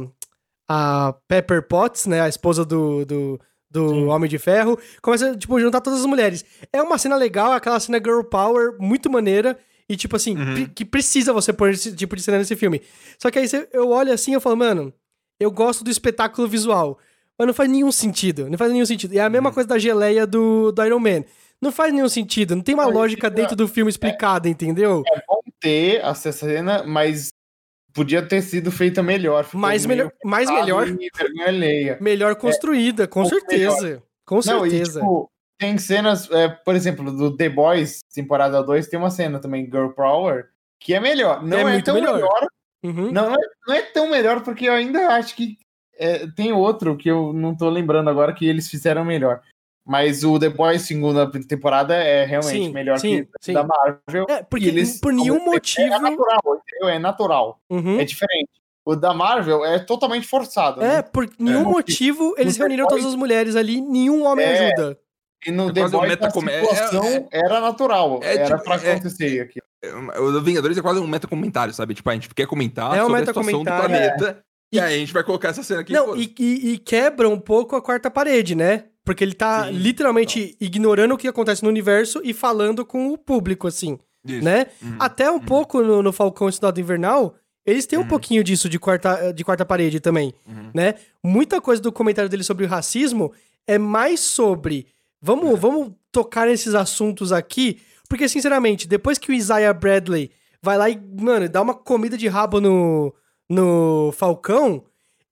a, a Pepper Potts, né? A esposa do, do, do Homem de Ferro. Começa, tipo, juntar todas as mulheres. É uma cena legal, é aquela cena girl power, muito maneira. E, tipo assim, Uhum. pre- que precisa você pôr esse tipo de cena nesse filme. Só que aí você- eu olho assim e eu falo, mano, eu gosto do espetáculo visual. Mas não faz nenhum sentido. Não faz nenhum sentido. É a Uhum. mesma coisa da geleia do, do Iron Man. Não faz nenhum sentido. Não tem uma Não, e lógica fica- dentro do filme explicada, entendeu? É bom ter essa cena, mas podia ter sido feita melhor. Ficou mais meio melhor, mais caro melhor, e vergonha alheia. melhor construída, com um pouco certeza. Com Não, e, certeza. tipo, tem cenas, é, por exemplo, do The Boys, temporada 2, tem uma cena também, Girl Power, que é melhor. Não É é, muito tão melhor. melhor. Uhum. Não, não é, não é tão melhor, porque eu ainda acho que é, tem outro que eu não tô lembrando agora que eles fizeram melhor. Mas o The Boys, segunda temporada, é realmente Sim, melhor sim, que sim. da Marvel. É, porque E eles- por nenhum É motivo. natural, entendeu? É natural. Uhum. É diferente. O da Marvel é totalmente forçado. É, né? por nenhum porque- motivo eles porque reuniram todas as mulheres ali, nenhum homem É, ajuda. E no é The quase um Boys a metacom- é- é- situação era natural. é era tipo- pra é- acontecer aqui. É, O Vingadores é quase um metacomentário, sabe? Tipo, a gente quer comentar É um sobre a situação do metacomentário, planeta. é. E aí a gente vai colocar essa cena aqui. Não, pô. e, e- e quebra um pouco a quarta parede, né? Porque ele tá Sim, literalmente ignorando o que acontece no universo e falando com o público, assim, Isso. né? Uhum. Até um pouco no, no Falcão e Soldado Invernal, eles têm um Uhum. pouquinho disso de quarta, de quarta parede também. Uhum. né? Muita coisa do comentário dele sobre o É. racismo é mais sobre vamos, vamos tocar nesses assuntos aqui, Porque, sinceramente, depois que o Isaiah Bradley vai lá e, mano, dá uma comida de rabo no, no Falcão,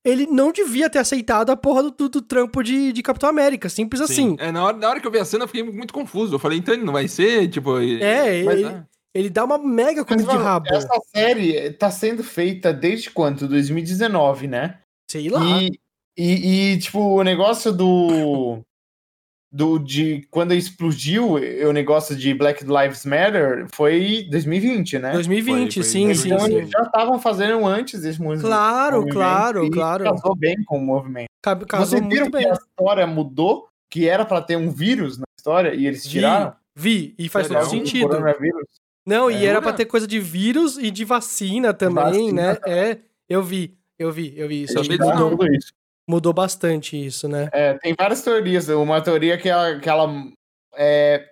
ele não devia ter aceitado a porra do, do, do trampo de, de Capitão América. Simples assim. É, na hora, na hora que eu vi a cena, eu fiquei muito confuso. Eu falei, então ele não vai ser, tipo. e- É, mas, ele, ah, ele dá uma mega Mas, comida de mano, é rabo. Tipo, Essa série tá sendo feita desde quanto? 2019, né? Sei lá. E, e, e, tipo, o negócio do. do de quando explodiu eh, o negócio de Black Lives Matter foi 2020, né? 2020, Foi- foi sim, em sim, então sim. eles já estavam fazendo antes desse mov- movimento. Claro, claro, e claro. Casou bem com o movimento. Cab- Casou Vocês viram muito que bem. a história mudou, que era pra ter um vírus na história e eles tiraram? Vi, e faz Era todo um sentido. coronavírus. Não, e É. era pra ter coisa de vírus e de vacina também, Vacina né? É, eu vi, eu vi, eu vi isso. Sabia aí. disso não. Tudo isso. Mudou bastante isso, né? É, tem várias teorias. Uma teoria que ela, que ela é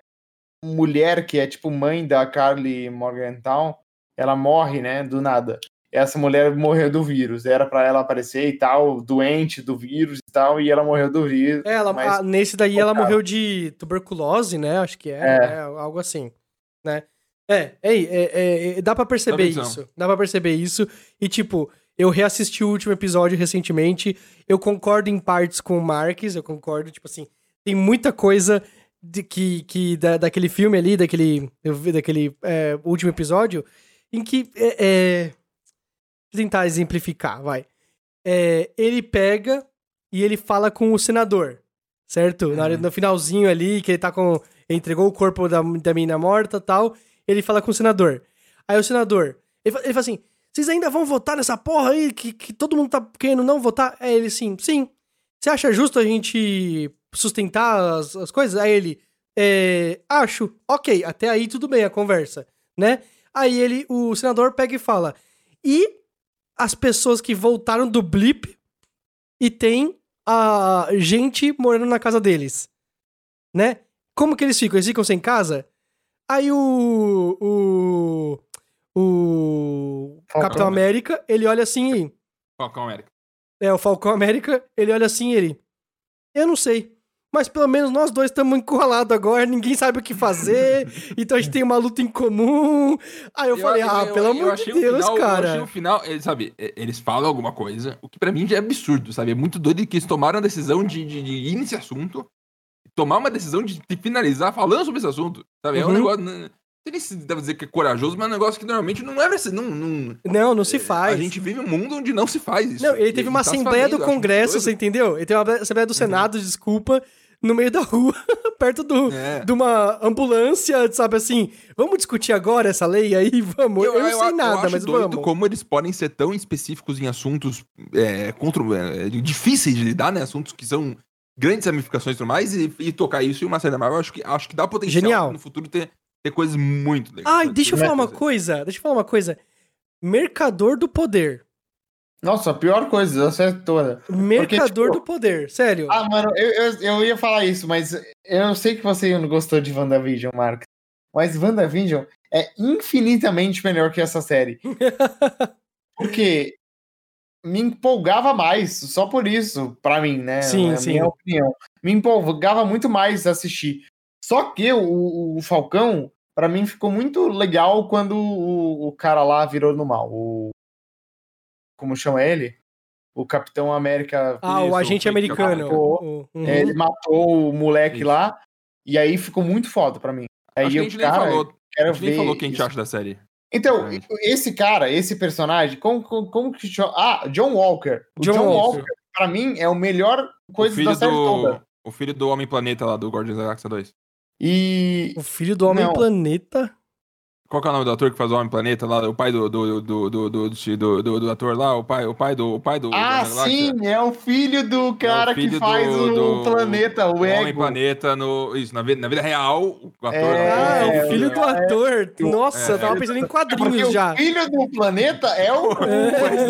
mulher que é tipo mãe da Carly Morgenthau, ela morre, né, do nada. Essa mulher morreu do vírus, era pra ela aparecer e tal, doente do vírus e tal, e ela morreu do vírus. É, Ela, mas ah, nesse daí ela focado. morreu de tuberculose, né? Acho que é, É. né? algo assim, né? É, é, é, é, é, dá pra perceber Tá bem, isso. Dá pra perceber isso. E, tipo, eu reassisti o último episódio recentemente. Eu concordo em partes com o Marques, eu concordo, tipo assim, tem muita coisa de que, que da, daquele filme ali, daquele, eu vi daquele é, último episódio, em que é, é, vou tentar exemplificar, vai. É, ele pega e ele fala com o senador, certo? Na hora- Uhum. no finalzinho ali, que ele tá com. Ele entregou o corpo da, da menina morta tal. Ele fala com o senador. Aí o senador. Ele, fa- ele fala assim: vocês ainda vão votar nessa porra aí? Que, que todo mundo tá querendo não votar? Aí ele sim, sim. Você acha justo a gente sustentar as, as coisas? Aí ele. "É, acho, ok, até aí tudo bem a conversa, né? Aí ele, o senador pega e fala. E as pessoas que voltaram do blip e tem a gente morando na casa deles, né? Como que eles ficam? Eles ficam sem casa? Aí o o o Falcão, Capitão né? América, ele olha assim, e- Falcão América. é o Falcão América, ele olha assim, e ele, eu não sei. Mas pelo menos nós dois estamos encurralados agora, ninguém sabe o que (laughs) fazer, então a gente tem uma luta em comum. Aí eu, falei, ah, eu- pelo eu amor de achei o Deus, final- cara. Eu achei o final, eh, sabe, eh, eles falam alguma coisa, o que pra mim já é absurdo, sabe? É muito doido que eles tomaram a decisão de, de, de ir nesse assunto, tomar uma decisão de, de finalizar falando sobre esse assunto, sabe? É um Uhum. negócio... né, Não sei nem se deve dizer que é corajoso, mas é um negócio que normalmente não é... pra ser- Não, não, Não, não se eh, faz. A gente vive um mundo onde não se faz isso. Não, ele E teve uma tá se Assembleia do fazendo, eu acho muito Congresso, doido. Uhum. você entendeu? Ele teve uma Assembleia do Senado, desculpa, no meio da rua, (laughs) perto do, É. de uma ambulância, sabe assim? Vamos discutir agora essa lei aí? Vamos. Eu, não sei nada, mas doido vamos. como eles podem ser tão específicos em assuntos é, contra, é, difíceis de lidar, né? Assuntos que são grandes ramificações e tudo mais, e, e tocar isso em uma série da Marvel, acho que, acho que dá potencial Genial. pra no futuro ter, ter coisas muito legais. Ai, né? deixa eu Muito falar uma legais. coisa. Deixa eu falar uma coisa. Mercador do poder. Nossa, a pior coisa, acertou toda. Mercador do tipo, poder, sério. Ah, mano, eu, eu, eu ia falar isso, mas eu sei que você não gostou de WandaVision, Marcos. Mas WandaVision é infinitamente melhor que essa (laughs) série. Porque me empolgava mais, só por isso, pra mim, né? Sim, é a sim. minha opinião. Me empolgava muito mais assistir. Só que o, o Falcão, pra mim, ficou muito legal quando o, o cara lá virou no mal. O, como chama ele? O Capitão América Ah, isso, o agente foi- americano. acabou. O- uhum. é, Ele matou o moleque Isso. lá. E aí ficou muito foda pra mim. Aí Acho que a eu, gente cara, é nem falou, a quero gente nem ver. falou o que a gente isso. acha É. da série. Então, Realmente. esse cara, esse personagem, como, como, como que chama? Ah, John Walker. O John John, Walker. Walker. pra mim, é o melhor o, coisa filho da série toda. do, o filho do Homem-Planeta lá, do Guardians da Galáxia 2. E. O filho do Homem Não. Planeta. Qual que é o nome do ator que faz o Homem-Planeta lá? O pai do, do, do, do, do, do, do- do- do ator lá? O pai, o pai do. O pai do Ah, Guardiões da Galáxia? sim, é o filho do cara filho que faz do- o do- planeta, o, O Homem ego. Planeta no. Isso, na vida, na vida real, o ator. É, ah, é o filho do ator. eu- Nossa, é, eu tava é. pensando em É porque quadrinhos já. o filho do planeta (laughs) é o.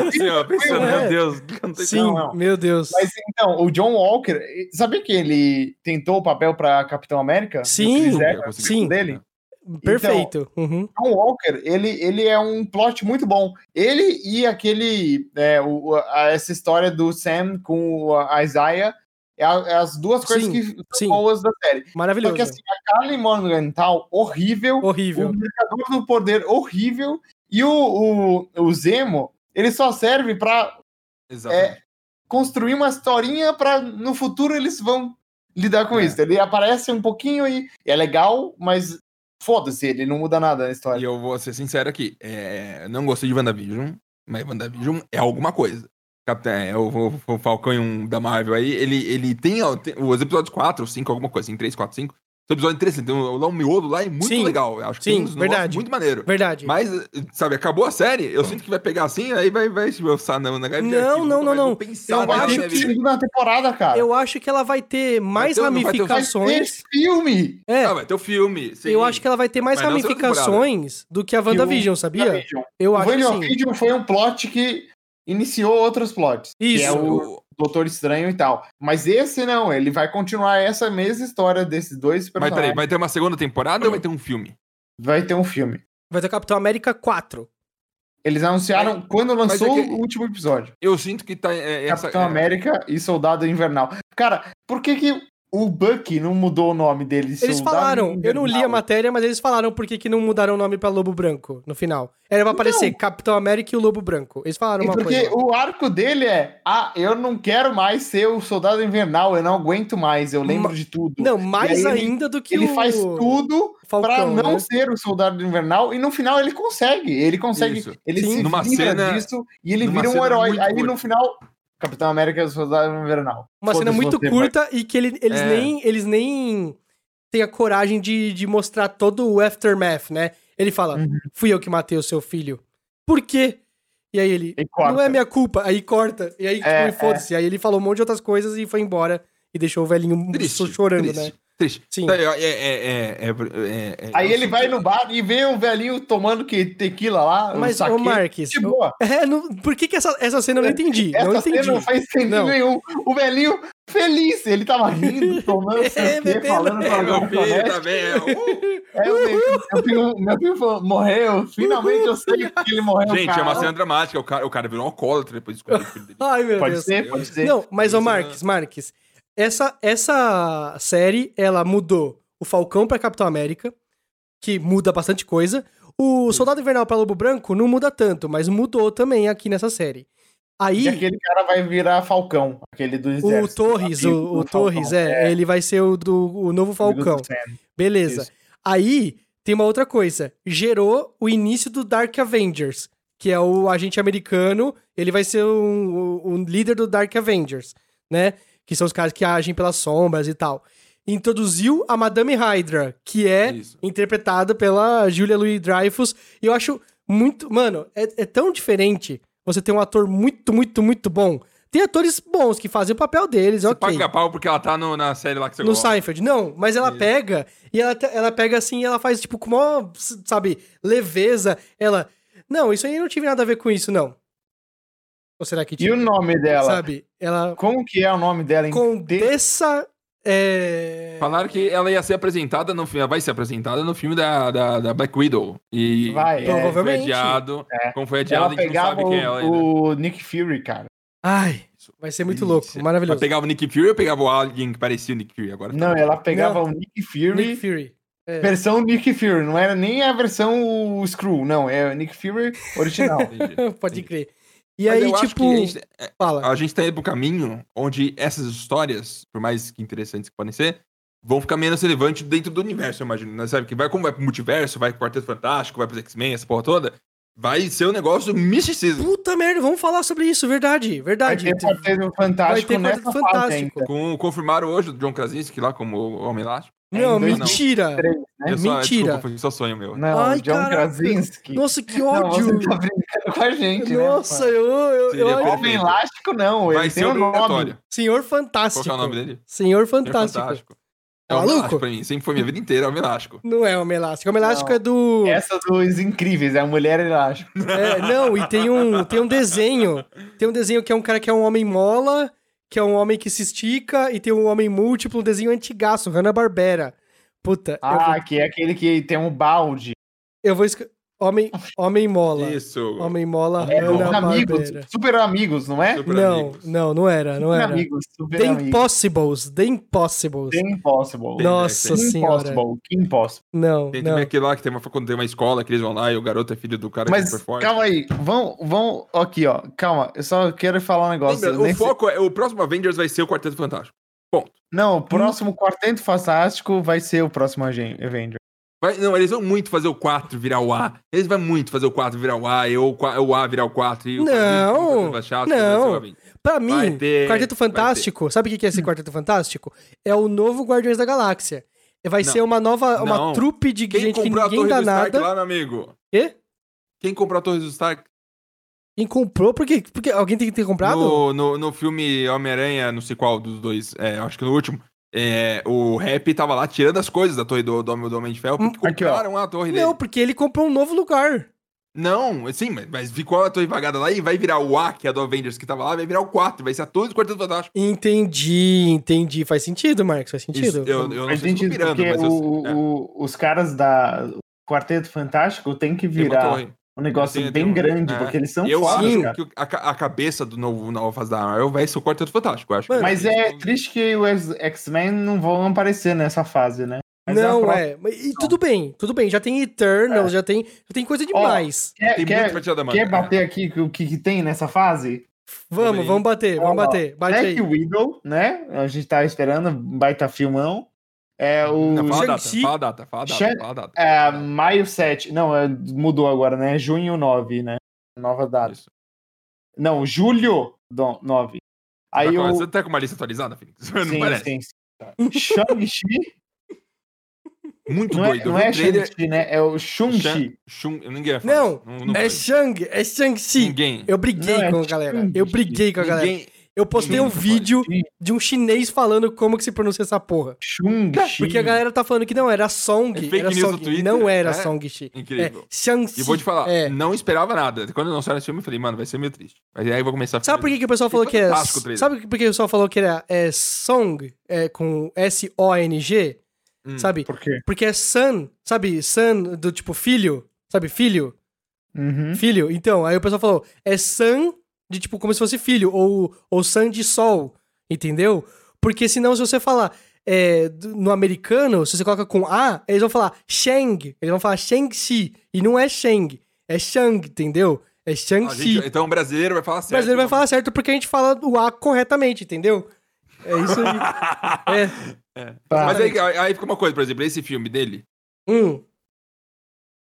Assim, ó, pensando, É. meu Deus, o que eu não tô Sim, Não, não. meu Deus. Mas então, o John Walker, sabia que ele tentou o papel pra Capitão América? Sim, O Chris Evans? conseguindo. sim. dele? Então, Perfeito. Uhum. John Walker, ele, ele é um plot muito bom. Ele e aquele. é, o- a- essa história do Sam com o- a Isaiah. É, a- é as duas coisas Sim, que são sim. boas da série. Maravilhoso. Só que assim, a Carly Morgenthal, horrível. Horrível. O Mercador do Poder, horrível. E o, o, o Zemo, ele só serve pra Exatamente. É. construir uma historinha pra no futuro eles vão lidar com É. isso. Ele aparece um pouquinho e é legal, mas foda-se, ele não muda nada na E história. eu vou ser sincero aqui. é, não gostei de WandaVision, mas WandaVision é alguma coisa. Capitão, é, o, o- o Falcão e um da Marvel aí, ele, ele tem, ó, tem os episódios 4 ou 5, alguma coisa assim, 3, 4, 5. Os episódios 3, tem um, lá um miolo lá é muito Sim, legal. eu Acho que sim, tem uns negócios verdade. muito maneiro. Verdade. Mas, sabe, acabou a série, eu sinto que vai pegar assim, aí vai, vai se alçar na, na grade de Não, arquivo, não, nunca não, mais vou não. pensar Eu na acho minha que- vida. na temporada, cara. Eu acho que ela vai ter mais ter- vai ter- Vai ter ramificações. filme. É, Ah, vai ter o filme. sim. eu acho que ela vai ter mais Mas não essa ramificações do que a WandaVision, sabia? WandaVision. Eu O acho que sim. WandaVision foi um plot que iniciou outros plots. Isso. Que é o Doutor Estranho e tal. Mas esse não, ele vai continuar essa mesma história desses dois Mas personagens. peraí, vai ter uma segunda temporada ou vai ter um filme? Vai ter um filme. Vai ter o Capitão América 4. Eles anunciaram quando mas lançou é que- o último episódio. Eu sinto que tá. é, essa, Capitão é, América e Soldado Invernal. Cara, por que que o Bucky não mudou o nome dele? Eles um falaram, eu não li a matéria, mas eles falaram por que que não mudaram o nome pra Lobo Branco no final. Era pra aparecer Capitão América e o Lobo Branco. Eles falaram E uma porque coisa. o arco dele é, ah, eu não quero mais ser o Soldado Invernal, eu não aguento mais, eu lembro Ma- de tudo. Não, mais E aí ele- ainda do que Ele o faz tudo Falcão, Pra não né? ser o soldado invernal e no final ele consegue, ele consegue, Isso. ele Sim. se Numa livra cena- disso e ele numa vira um cena herói. muito Aí curta. no final, Capitão América e o soldado invernal. Uma cena Foda-se muito você, curta e que ele- eles, É. nem, eles nem têm a coragem de, de mostrar todo o aftermath, né? Ele fala, Uhum. fui eu que matei o seu filho. Por quê? E aí ele, E corta. não é minha culpa. Aí corta. E aí, tipo, É, e foda-se. Aí ele falou um monte de outras coisas e foi embora. E deixou o velhinho Triste, chorando, triste, né? Triste. Sim. É, é, é, é, é, é, é, Aí eu ele sinto- vai no bar e vê o velhinho tomando que tequila lá, Mas, um ô saque. Marques... De ô- boa. É, não- por que, que essa, essa cena eu não entendi? É, Essa não cena entendi. não faz sentido Não. nenhum. O velhinho feliz, ele tava rindo, tomando, (laughs) É, é, bebendo. falando É, pra meu filho Marcos. tá bem. (laughs) É, o velhinho- meu filho, meu filho falou, morreu, finalmente eu sei que ele morreu. Gente, é cara. uma cena dramática. O cara, o cara virou um alcoólatra depois de descobrir o filho dele. Ai, meu Pode Deus. ser, pode ser. Não, mas, ô Isso, né? Marques, Marques, essa, essa série, ela mudou o Falcão pra Capitão América, que muda bastante coisa. O Soldado Invernal pra Lobo Branco não muda tanto, mas mudou também aqui nessa série. Aí, E aquele cara vai virar Falcão, aquele do o exército. Torres, Amigo o, o do Torres, Falcão, é, ele vai ser o, do, o novo amigo do Falcão. Sam. Beleza. Isso. Aí, tem uma outra coisa. Gerou o início do Dark Avengers, que é o agente americano. Ele vai ser um, um- um líder do Dark Avengers, né? Que são os caras que agem pelas sombras e tal. Introduziu a Madame Hydra, que é Isso. interpretada pela Julia Louis-Dreyfus. E eu acho muito... Mano, é, é tão diferente você ter um ator muito, muito, muito bom. Tem atores bons que fazem o papel deles, Você ok. paga pau porque ela tá no- na série lá que você No gosta. Seinfeld, não, mas ela pega e ela, te- ela pega assim, e ela faz tipo com maior, sabe, leveza. Ela, não, isso aí eu não tive nada a ver com isso, não. Ou será que tipo, E o nome dela? Sabe? Ela. Como que é o nome dela? hein? Condessa. É... Falaram que ela ia ser apresentada no filme. Vai ser apresentada no filme da, da, da Black Widow. E Vai, como é. foi Provavelmente. adiado. É. Como foi adiado, Ela a gente não pegava sabe quem é ela ainda. o, o Nick Fury, cara. Ai, vai ser É muito louco, Isso. Mas maravilhoso. pegava o Nick Fury ou pegava o alguém que parecia o Nick Fury agora? Não, ela pegava Não. o Nick Fury, Nick Fury. é. versão Nick Fury. Não era nem a versão o Screw, não. É o Nick Fury original. Entendi. Hum, Pode Entendi. crer. E Mas aí, eu acho tipo, que a gente- fala. Ah. a gente tá indo pro caminho onde essas histórias, por mais que interessantes que podem ser, vão ficar menos relevantes dentro do universo, eu imagino. Né? Sabe que vai, como vai pro multiverso, vai pro Quarteto Fantástico, vai pros X-Men, essa porra toda, vai ser um negócio misticismo. Puta merda, vamos falar sobre isso, (laughs) verdade, Vai verdade. ter Quarteto Fantástico Vai ter nessa Quarteto fase Fantástico. ainda. Com, confirmaram hoje o John Krasinski lá como o Homem Elástico. Não, em dois- mentira. três, É Eu só- mentira. Desculpa, foi só sonho meu. Não, Ai, John caraca. Krasinski. Nossa, que Não, ódio. você tá brincando com a gente, né? Nossa, eu, eu, eu Seria acho- perfeito. Homem elástico, não. Ele vai tem ser um nome. obrigatório. Senhor Fantástico. Qual que é o nome dele? Senhor Senhor Fantástico. Tá É o Homem Maluco? Elástico pra mim. Sempre foi minha vida inteira, Homem Elástico. Não é Homem Elástico. Homem Elástico Não. é do. Essa dos incríveis, é a mulher elástica. é, não, e tem um, tem um desenho. Tem um desenho que é um cara que é um homem mola, que é um homem que se estica, e tem um homem múltiplo, um desenho antigaço, Hanna Barbera. Puta, eu vou- Ah, que é aquele que tem um balde. eu vou. escre- Homem, homem mola. Isso. Homem mola, É, Hanna os amigos, Barbera. super amigos, não é? Super Não, Amigos. não, não era, não Super era. amigos, super The amigos. Impossibles, The Impossibles. The Impossible. Nossa Que senhora. Impossible, que impossible. Não, né? Tem não. também aquele lá que tem uma, quando tem uma escola que eles vão lá e o garoto é filho do cara que é Mas super forte. calma aí, vão, vão aqui, ó. Calma, eu só quero falar um negócio. Lembra, Eu nem o sei- foco é. O próximo Avengers vai ser o Quarteto Fantástico. Não, o próximo Quarteto Fantástico vai ser o próximo Agen- Avenger. Vai- não, eles vão muito fazer o 4 virar o A. Eles vão muito fazer o 4 virar o A, e o, qua- o A virar o 4. E o Não, chato, não. Pra Vai mim, ter, Quarteto vai ter. Fantástico, sabe o que que é esse Quarteto Fantástico? É o novo Guardiões da Galáxia. Vai Não. ser uma nova, uma Não. trupe de Quem gente que comprou a ninguém Torre do dá Stark nada. lá, meu amigo? Quê? Quem comprou a Torre do Stark E comprou, porque, porque alguém tem que ter comprado? no, no, no filme Homem-Aranha, não sei qual dos dois, é, acho que no último, é, o Rap tava lá tirando as coisas da torre do, do, Homem- do Homem de Ferro, Hum. porque Aqui, ó. compraram a torre dele. Não, porque ele comprou um novo lugar. Não, sim, mas, mas ficou a torre vagada lá e vai virar o A, que é a do Avengers que tava lá, vai virar o 4, vai ser a torre do Quarteto Fantástico. Entendi, entendi. Faz sentido, Marcos, faz Isso, sentido. eu, eu não Faz sei se eu tô sentido, pirando, porque mas eu, o- é, o- os caras da o Quarteto Fantástico tem que tem uma virar torre. um negócio Tem- tem bem uma- grande, é. porque eles são Eu fodas, acho cara. que o- a, ca- a cabeça do novo nova fase da Marvel vai ser o Quarteto Fantástico, eu acho. que Mano, Mas eles é vão- triste que os X-Men não vão aparecer nessa fase, né? Mas a não, próxima- é. Mas- E tudo bem, tudo bem. Já tem Eternals, É. já, tem, já tem coisa demais. Quer, Tem quer- muito pra tirar da manga. quer bater aqui o que, que tem nessa fase? vamos, aí. vamos bater, vamos Ó, bater. é Bate aí. Black Widow, né? A gente tá esperando, baita filmão. É o né? Não, fala a data, Shang-Chi- fala a data, fala a data, Shang- fala a data. é, maio 7. Não, é, mudou agora, né? Junho 9, né? Nova data. Isso. Não, julho do- 9. Aí Aí tá, com, o. você tá com uma lista atualizada, Fênix? (laughs) Não Sim, parece. sim, sim. Tá. (laughs) Shang-Chi. Muito Não é, doido. não eu vi é o trailer. Shang-Chi, né? É o Shang- Shang-Chi. Shun- ninguém vai falar Não, isso. não, É vai. Shang, é Shang-Chi. Ninguém. Eu briguei Não, é com a galera. Shang-Chi. Eu briguei com a galera. ninguém Eu postei um Ninguém fala vídeo Shang-Chi. de um chinês falando como que se pronuncia essa porra. Shang-Chi. Porque a galera tá falando que não era Song, É fake era news Song, no Twitter, não era é? Song-Chi. É Incrível. Shang-Chi. E vou te falar, É. não esperava nada. Quando eu não saiu esse filme, eu falei, mano, vai ser meio triste. Mas aí eu vou começar a Sabe por que, que o pessoal Foi falou que é. fantástico o trailer. Sabe por que o pessoal falou que era é Song é, com S-O-N-G? Hum. Sabe? Por quê? Porque é Sun, sabe? Sun do tipo filho, sabe? Filho, Uhum. filho. Então, aí o pessoal falou, é Sun de tipo como se fosse filho, ou, ou Sun de sol, entendeu? Porque senão, se você falar é, do- no americano, se você coloca com A, eles vão falar Shang, eles vão falar Shang-Chi, e não é Shang, é Shang, entendeu? É A gente- né? Shang-Chi. então o brasileiro vai falar certo. O brasileiro vai falar certo porque a gente fala o A corretamente, entendeu? É isso aí. (laughs) É. Tá. então. Mas aí, aí fica uma coisa, por exemplo, esse filme dele, Hum.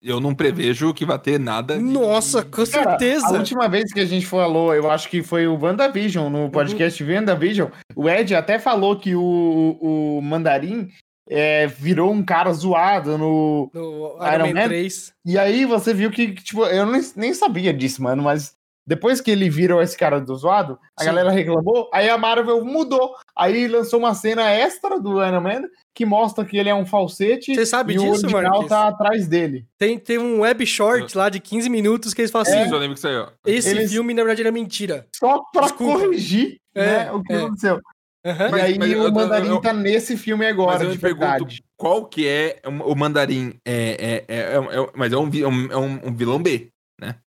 eu não prevejo que vai ter nada. de- Nossa, com Cara, certeza. A última vez que a gente falou, eu acho que foi o WandaVision, Uhum. no podcast WandaVision. O Ed até falou que o, o Mandarim é, virou um cara zoado no. No Iron, Iron Man, Man? 3. E aí você viu que, que, tipo, eu nem, nem sabia disso, mano, mas depois que ele virou esse cara do zoado, a Sim. galera reclamou, aí a Marvel mudou. Aí lançou uma cena extra do Iron Man que mostra que ele é um falsete Você sabe e o disso, original Marcos? tá atrás dele. Tem, tem um web short lá de 15 minutos que eles falam Sim, assim: eu lembro que saiu. esse Eles- filme na verdade era mentira. Só pra Desculpa. corrigir É, né, o que é. aconteceu. Aham. Mas- e aí mas eu- o eu- Mandarim eu- tá nesse filme Mas agora, eu de me pergunto verdade. qual que é um- o mandarim. É, é, é, é, um- é um- mas é um, vi- é um, é um- um vilão B.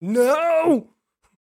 Não!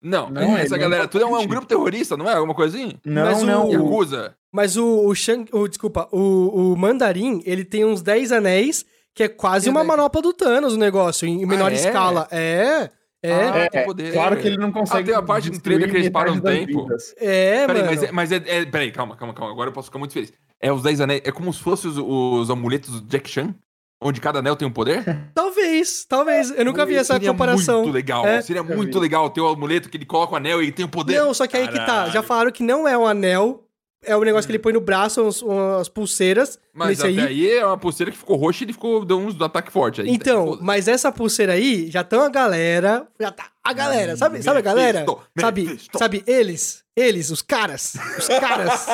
Não, Não, essa ele é um galera tudo é um, é um traficante. grupo terrorista, não é? Alguma coisinha? Não, mas o- não. o- Yakuza. Mas o, o Shang. O, desculpa, o, o Mandarim, ele tem uns 10 anéis, que é quase Tem uma dez. manopla do Thanos, o negócio, em em menor é? escala. É. É, Ah, É, tem poder. Claro que ele não consegue. ah, tem a parte do trailer que eles param um tempo. é, Peraí, mano. mas, é- mas é, é- Peraí, calma, calma, calma. Agora eu posso ficar muito feliz. É os 10 anéis. É como se fossem os, os amuletos do Jack Chan? Onde cada anel tem um poder? Talvez, talvez. Eu (laughs) nunca vi essa Seria comparação. Muito legal. É. Seria Nunca muito vi. legal ter o amuleto que ele coloca o anel e ele tem o poder. Não, só que aí que tá. Já falaram que não é um anel. É o negócio que ele põe no braço, uns- umas pulseiras. Hum. Mas nesse até aí. aí... é uma pulseira que ficou roxa e ele ficou, deu uns ataque forte. Aí, Então, Foda-se. mas essa pulseira aí, já tão a galera. Já tá a galera. Sabe, sabe a galera? Mephisto, Sabe, Mephisto. sabe eles? Eles, os caras. Os caras.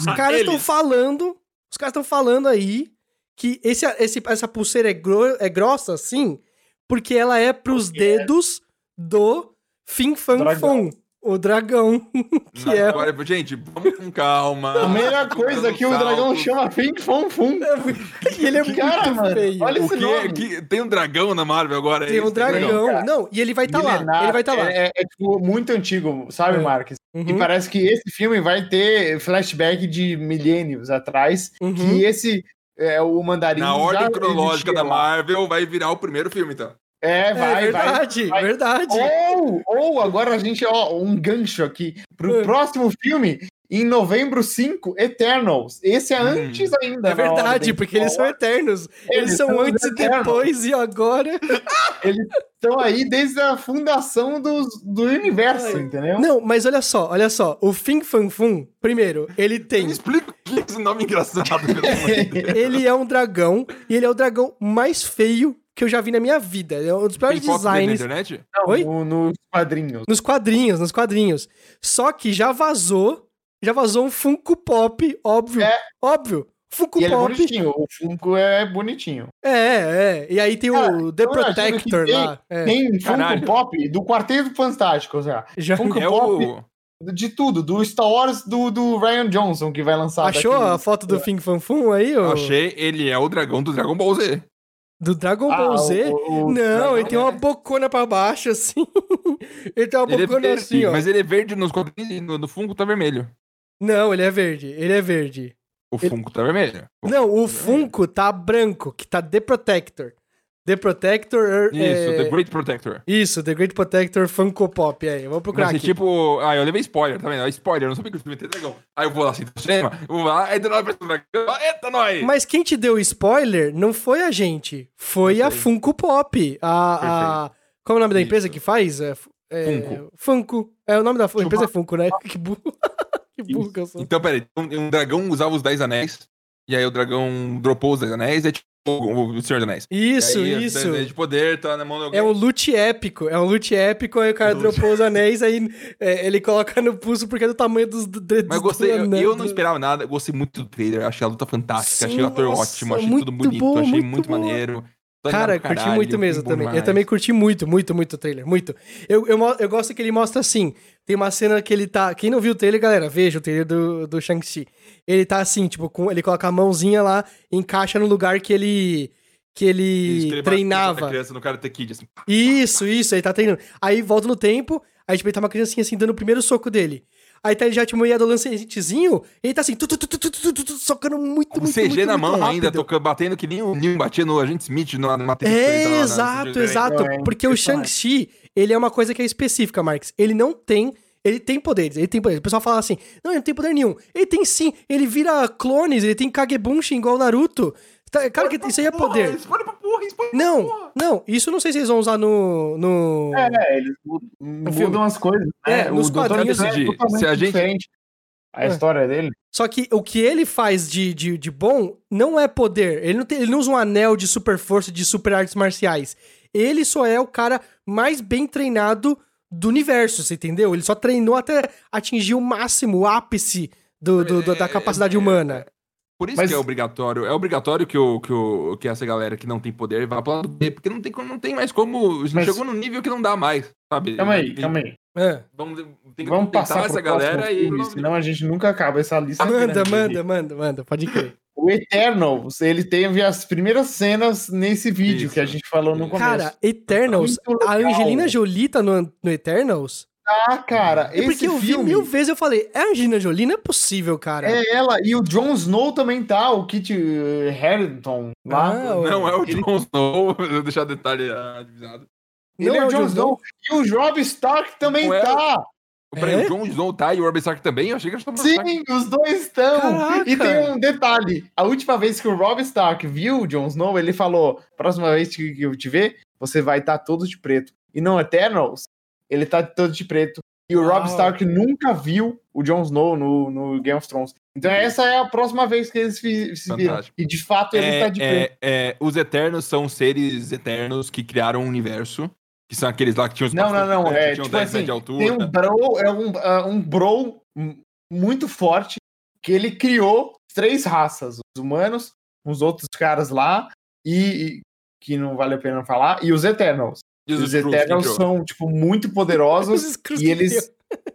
os (laughs) caras estão Eles. falando. Os caras estão falando aí que esse, esse- essa pulseira é, gro- é grossa, assim, porque ela é pros dedos do Fin Fan é Dragão. Fon, o dragão. (laughs) que é. Agora, gente, vamos com calma. (laughs) A melhor coisa é que o dragão chama Fim Fum Fum. E ele é muito Cara, mano, feio. olha O esse que, é nome. que- tem um dragão na Marvel agora? é Tem um isso, entendeu? dragão. cara. Não, e ele vai tá estar lá. Milenar, Ele vai estar lá. É, é, é, tipo, muito antigo, sabe, É. Marques? E Uhum, parece que esse filme vai ter flashback de milênios atrás. uhum. Que esse é o mandarim. Na já ordem cronológica existia da lá. Marvel, vai virar o primeiro filme, então. É, É vai, vai. verdade, vai. verdade. Ou, ou agora a gente, ó, um gancho aqui pro É. próximo filme, em novembro 5, Eternals. Esse é Hum. antes ainda. É na verdade, ordem. porque eles são eternos. Eles, são antes e eternos. depois e agora. Estão Então, aí desde a fundação dos, do universo, Ai. entendeu? Não, mas olha só, olha só. O Fing Fan Fum, primeiro, ele tem. Me explica o que é esse nome engraçado. (laughs) pelo amor de Deus. ele é um dragão e ele é o dragão mais feio que eu já vi na minha vida. É um dos Tem piores foto dele né, na designs. internet? Oi? No- nos quadrinhos. Nos quadrinhos, nos quadrinhos. Só que já vazou, já vazou um Funko Pop, óbvio. É. Óbvio. Funko E ele é Pop. bonitinho. O Funko é bonitinho. É, é. E aí tem Cara, o The eu imagino que Protector tem- lá. É, Tem Funko Caralho. Pop do Quarteto Fantástico, ou seja, já (laughs) Funko É Pop. o... de tudo. Do Star Wars, do, do Ryan Johnson, que vai lançar. achou daqui. a foto do Fing Fan Fum aí? Eu ô? achei, ele é o dragão do Dragon Ball Tá Z. Do Dragon Ah, Ball o- Z? o- o- Não, ele tem uma é. bocona pra baixo, (laughs) assim. ele tem uma Ele é bocona verde, assim, ó. mas ele é verde nos quadrinhos e no, no fungo tá vermelho. Não, ele é verde. Ele é verde. O Ele- fungo tá vermelho. Não, é. o Funko tá branco, que tá The Protector. The Protector. Isso, é... The Great Protector. Isso, The Great Protector Funko Pop. Aí, vou procurar Mas é aqui. tipo, ah, eu levei spoiler, tá vendo? É Spoiler, eu não sabia que o filme tem dragão. Aí eu vou lá assim, do cinema, vou lá, aí do nada aparece um dragão, eita nós! Mas quem te deu o spoiler não foi a gente, foi a Perfeito. Funko Pop. A, a... Qual é o nome da empresa Isso. que faz? É, f- é, Funko. Funko. É, o nome da fu- Chupa- empresa é Funko, né? (laughs) Que burro. que burro que eu sou. Então, peraí, um, um dragão usava os 10 anéis, e aí o dragão dropou os 10 anéis, é tipo o, o Senhor dos Anéis. Isso, E aí, os 10 isso. anéis de poder, tá na mão de alguém. É um loot épico, é um loot épico, aí o cara Loot. dropou os anéis, aí é, ele coloca no pulso porque é do tamanho dos d- dedos Mas eu gostei, do eu, anel, eu não do- esperava nada, eu gostei muito do trailer, achei a luta fantástica, Sim, achei o ator nossa, ótimo, achei muito tudo bonito, bom, achei muito muito bom. maneiro. Tô animado Cara, pra curti caralho, tipo, muito filme mesmo bom também. Eu demais. também curti muito, muito, muito o trailer, muito. Eu, eu, mo- eu gosto que ele mostra assim, tem uma cena que ele tá... Quem não viu o trailer, galera, veja o trailer do, do Shang-Chi. Ele tá assim, tipo, com, ele coloca a mãozinha lá, encaixa no lugar que ele... Que Isso, que ele ele treinava. bate criança no Karate Kid, assim. pá. Isso, isso, ele tá treinando. Aí volta no tempo, aí tipo, ele tá uma criancinha assim, dando o primeiro soco dele. Aí tá ele já tipo, meio adolescentezinho, ele tá assim, tu, tu, tu, tu, tu, tu, tu, tu, socando muito, Com muito, CG muito, na muito mão ainda, rápido. tocando, batendo que nem o Neo batia no Agente Smith na matriz. É, exato, exato. Não, é Porque o impressionante. Shang-Chi, ele é uma coisa que é específica, Marx. Ele não tem. Ele tem poderes, ele tem poderes. O pessoal fala assim: não, ele não tem poder nenhum. Ele tem sim, ele vira clones, ele tem Kagebunshin igual o Naruto. Tá- Cara, que isso aí é poder. Spoiler pra porra, spoiler pra Não, porra. não, isso eu não sei se eles vão usar no. no... É, eles mudam- filme. mudam as coisas, né? É, nos Doutor quadrinhos- Estranho Decidi, totalmente se a gente- diferente. A É. história dele. Só que o que ele faz de, de, de bom não é poder. Ele não, tem- ele não usa um anel de super força, de super artes marciais. Ele só é o cara mais bem treinado do universo, você entendeu? Ele só treinou até atingir o máximo, o ápice do, do- do- da É, capacidade é, humana. Por isso Mas- que é obrigatório. É obrigatório que, o, que, o, que essa galera que não tem poder vá pro lado B, porque não tem, como- não tem mais como. Mas- Chegou num nível que não dá mais, sabe? Calma aí, Tem- calma aí. Ah. Vamos, tem que Vamos tentar passar essa pro galera próximo e. filme, senão a gente nunca acaba essa lista. Manda, grande. manda, manda, manda, pode crer. O Eternals, ele teve as primeiras cenas nesse vídeo Isso. que a gente falou no começo. Então, Cara, Eternals, Muito a legal. Angelina Jolie tá no, no Eternals? Ah, cara, É porque esse eu vi filme... mil vezes eu falei, é a Angelina Jolie? Não é possível, cara. É ela, e o Jon Snow também tá, o Kit eh, Harington lá. Ah, Não é o Ele- Jon Snow, (laughs) vou deixar detalhe ah, avisado. ele é o Jon Snow. E o Rob Stark também Não é- tá. Peraí, É? o Jon Snow tá e o Robin Stark também? Eu achei que eles estavam. Sim, os dois estão. Caraca. E tem um detalhe: a última vez que o Rob Stark viu o Jon Snow, ele falou: próxima vez que que eu te ver, você vai estar todo de preto. E não Eternals, ele tá todo de preto. E o Uau. Rob Stark nunca viu o Jon Snow no, no Game of Thrones. Então essa é a próxima vez que eles fi- se viram. Fantástico. E de fato ele É, tá de preto. é, é, os Eternos são seres eternos que criaram um universo. Que são aqueles lá que tinham os Não, braços não, não, gigantes, é, que tinham tipo 10 metros assim, de altura. Tem um bro, é um, ah, um bro m- muito forte que ele criou três raças, os humanos, os outros caras lá e, e- que não vale a pena falar e os Eternals. E Os, Skrulls que Eternals criou. (laughs) são tipo muito poderosos Os Skrulls e eles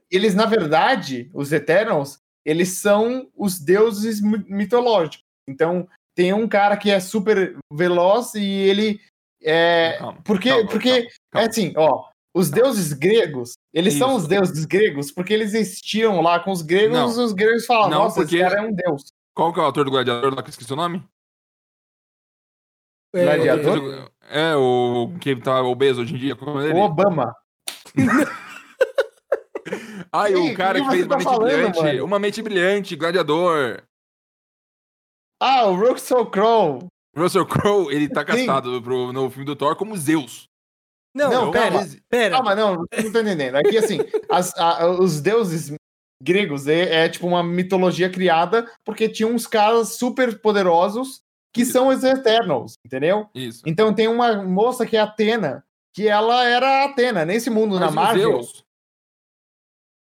eles, na verdade, os Eternals, eles são os deuses mi- mitológicos. Então, tem um cara que é super veloz e ele é. Calma, Porque, calma, porque calma. é assim, ó. Os deuses gregos, eles são Isso. os deuses gregos porque eles existiam lá com os gregos Não. e os gregos falam, Não, nossa, porque- esse cara é um deus. Qual que é o ator do Gladiador lá que eu esqueci o nome? É, Gladiador? É, o que tá obeso hoje em dia. Como é O dele? Obama. Ah, e Ih, o cara o que que fez você tá uma mente falando, brilhante. mano? Uma mente brilhante, Gladiador. Ah, o Russell Crowe. Russell Crowe, ele tá Sim. castado pro, no filme do Thor como Zeus. Não, Não, Então, pera, eles- pera. Calma, Ah, não, não tô entendendo. Aqui, assim, as- a- os deuses gregos é, é, tipo uma mitologia criada porque tinha uns caras super poderosos que são os Eternals, entendeu? Isso. Então tem uma moça que é Atena, que ela era Atena. Nesse mundo, na Mas o Marvel, Zeus,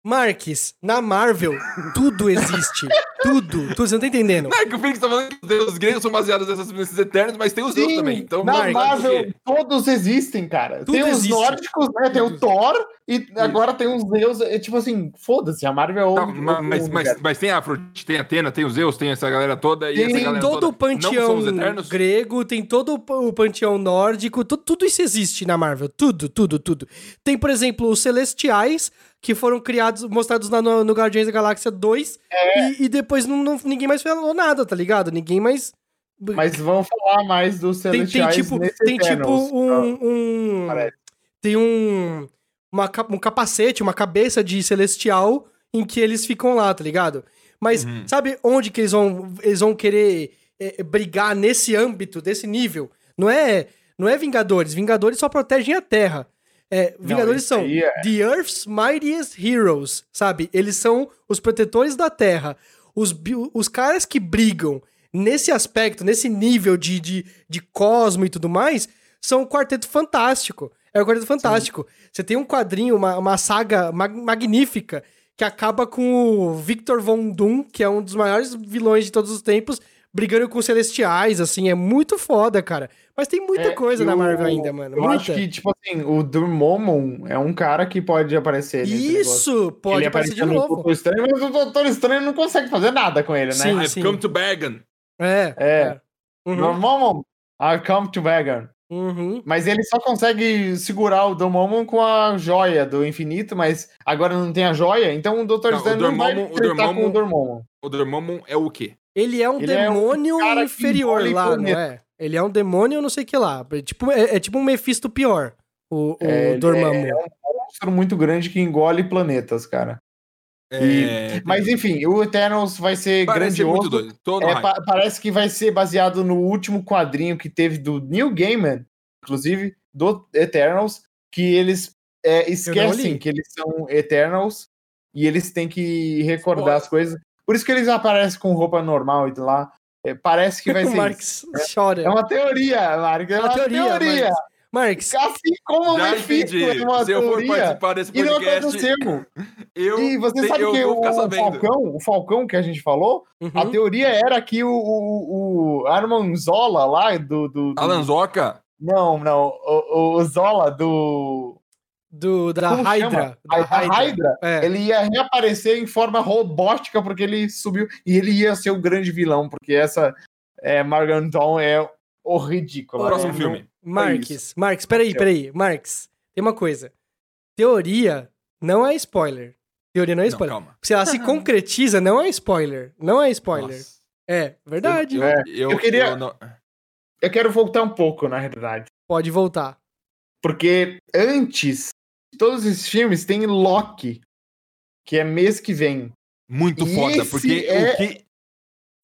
Marques, na Marvel, tudo (laughs) existe. tudo, tudo. Você não tá entendendo. Não, é que o Felix tá falando que os deuses gregos são baseados nessas- nesses eternos, mas tem os Sim, Zeus também. Então, na Marvel, Marvel, todos existem, cara. Tudo tem os existe. nórdicos, né? Tem o Tudo Thor e agora tem os deuses. É tipo assim, foda-se, a Marvel é Tá, outro- ma- outro mas, mundo, mas, cara. mas tem a Afrodite, tem Atena, tem os Zeus, tem essa galera toda. E Tem essa galera Todo toda. o panteão Não são os eternos? grego, tem todo o pa- o panteão nórdico, tu- tudo isso existe na Marvel. Tudo, tudo, tudo. Tem, por exemplo, os Celestiais, que foram criados, mostrados lá no, no Guardiões da Galáxia 2, É. e, e depois não, não- ninguém mais falou nada, tá ligado? Ninguém mais. Mas vamos falar mais dos tem, tem Celestiais tipo, nesse tem tipo Eternals. um. um- Parece. tem um. uma ca- um capacete, uma cabeça de celestial em que eles ficam lá, tá ligado? Mas Uhum. sabe onde que eles vão, eles vão querer eh, brigar nesse âmbito, desse nível? Não é, não é Vingadores. Vingadores só protegem a Terra. É, Não, Vingadores esse são aí é- The Earth's Mightiest Heroes, sabe? Eles são os protetores da Terra. Os, bi- os caras que brigam nesse aspecto, nesse nível de, de, de cosmo e tudo mais, são o Quarteto Fantástico. É o Quarteto Fantástico. Você tem um quadrinho, uma, uma saga mag- magnífica, que acaba com o Victor Von Doom, que é um dos maiores vilões de todos os tempos, brigando com os Celestiais, assim. É muito foda, cara. Mas tem muita É, coisa eu- na Marvel ainda, mano. Eu muita. acho que, tipo assim, o Dormammu é um cara que pode aparecer nesse é negócio. Isso! Pode ele aparecer de apareceu no novo. Doutor Estranho, mas o Doutor Estranho não consegue fazer nada com ele, Sim. né? I've come to Bergen. É. É. Uhum, Dormammu, I come to Vegan. uhum. Mas ele só consegue segurar o Dormammu com a joia do infinito, mas agora não tem a joia, então o Doutor Não, o Estranho não vai Dormammu- o enfrentar com o Dormammu- Dormammu. O Dormammu é o quê? Ele é um Ele é um demônio cara que inferior engole lá, não planeta. é? Ele é um demônio não sei o que lá. É tipo, é, é tipo um Mephisto pior, o, o É, ele Dormammu. (laughs) Um monstro muito grande que engole planetas, cara. É, Mas enfim, o Eternals vai ser parece ser muito grandioso. doido. Tô no É, hype. pa- parece que vai ser baseado no último quadrinho que teve do Neil Gaiman, inclusive, do Eternals, que eles é, esquecem li. que eles são Eternals e eles têm que recordar Spoiler. as coisas. Por isso que eles aparecem com roupa normal e lá. É, (laughs) parece que vai o ser. isso. Marx chora. É uma teoria, Marcos. É uma, teoria. Marx. Marx, Assim como o Já Mephisto entendi. é uma Se eu for teoria. participar desse E não podcast, aconteceu. eu, E você te- sabe eu que vou o ficar sabendo. Falcão, o Falcão que a gente falou, Uhum. a teoria era que o, o, o Arman Zola lá do. do, do- Alan Zoca? Não, não. O, o- o Zola do. Do, da Como Hydra. chama? Da A- a Hydra. Hydra. É. Ele ia reaparecer em forma robótica porque ele subiu. E ele ia ser o grande vilão, porque essa é, Margot Dawn é o ridículo. Próximo né? filme. Marx, Marx, peraí, peraí. Marx, tem uma coisa. Teoria não é spoiler. Teoria não é Não, spoiler. calma. Se ela se (laughs) concretiza, não é spoiler. Não é spoiler. Nossa. É, verdade. É. Eu, Eu queria- eu não- Eu quero voltar um pouco, na realidade. Pode voltar. Porque antes de todos esses filmes tem Loki, que é mês que vem. Muito E foda, esse porque é- o que.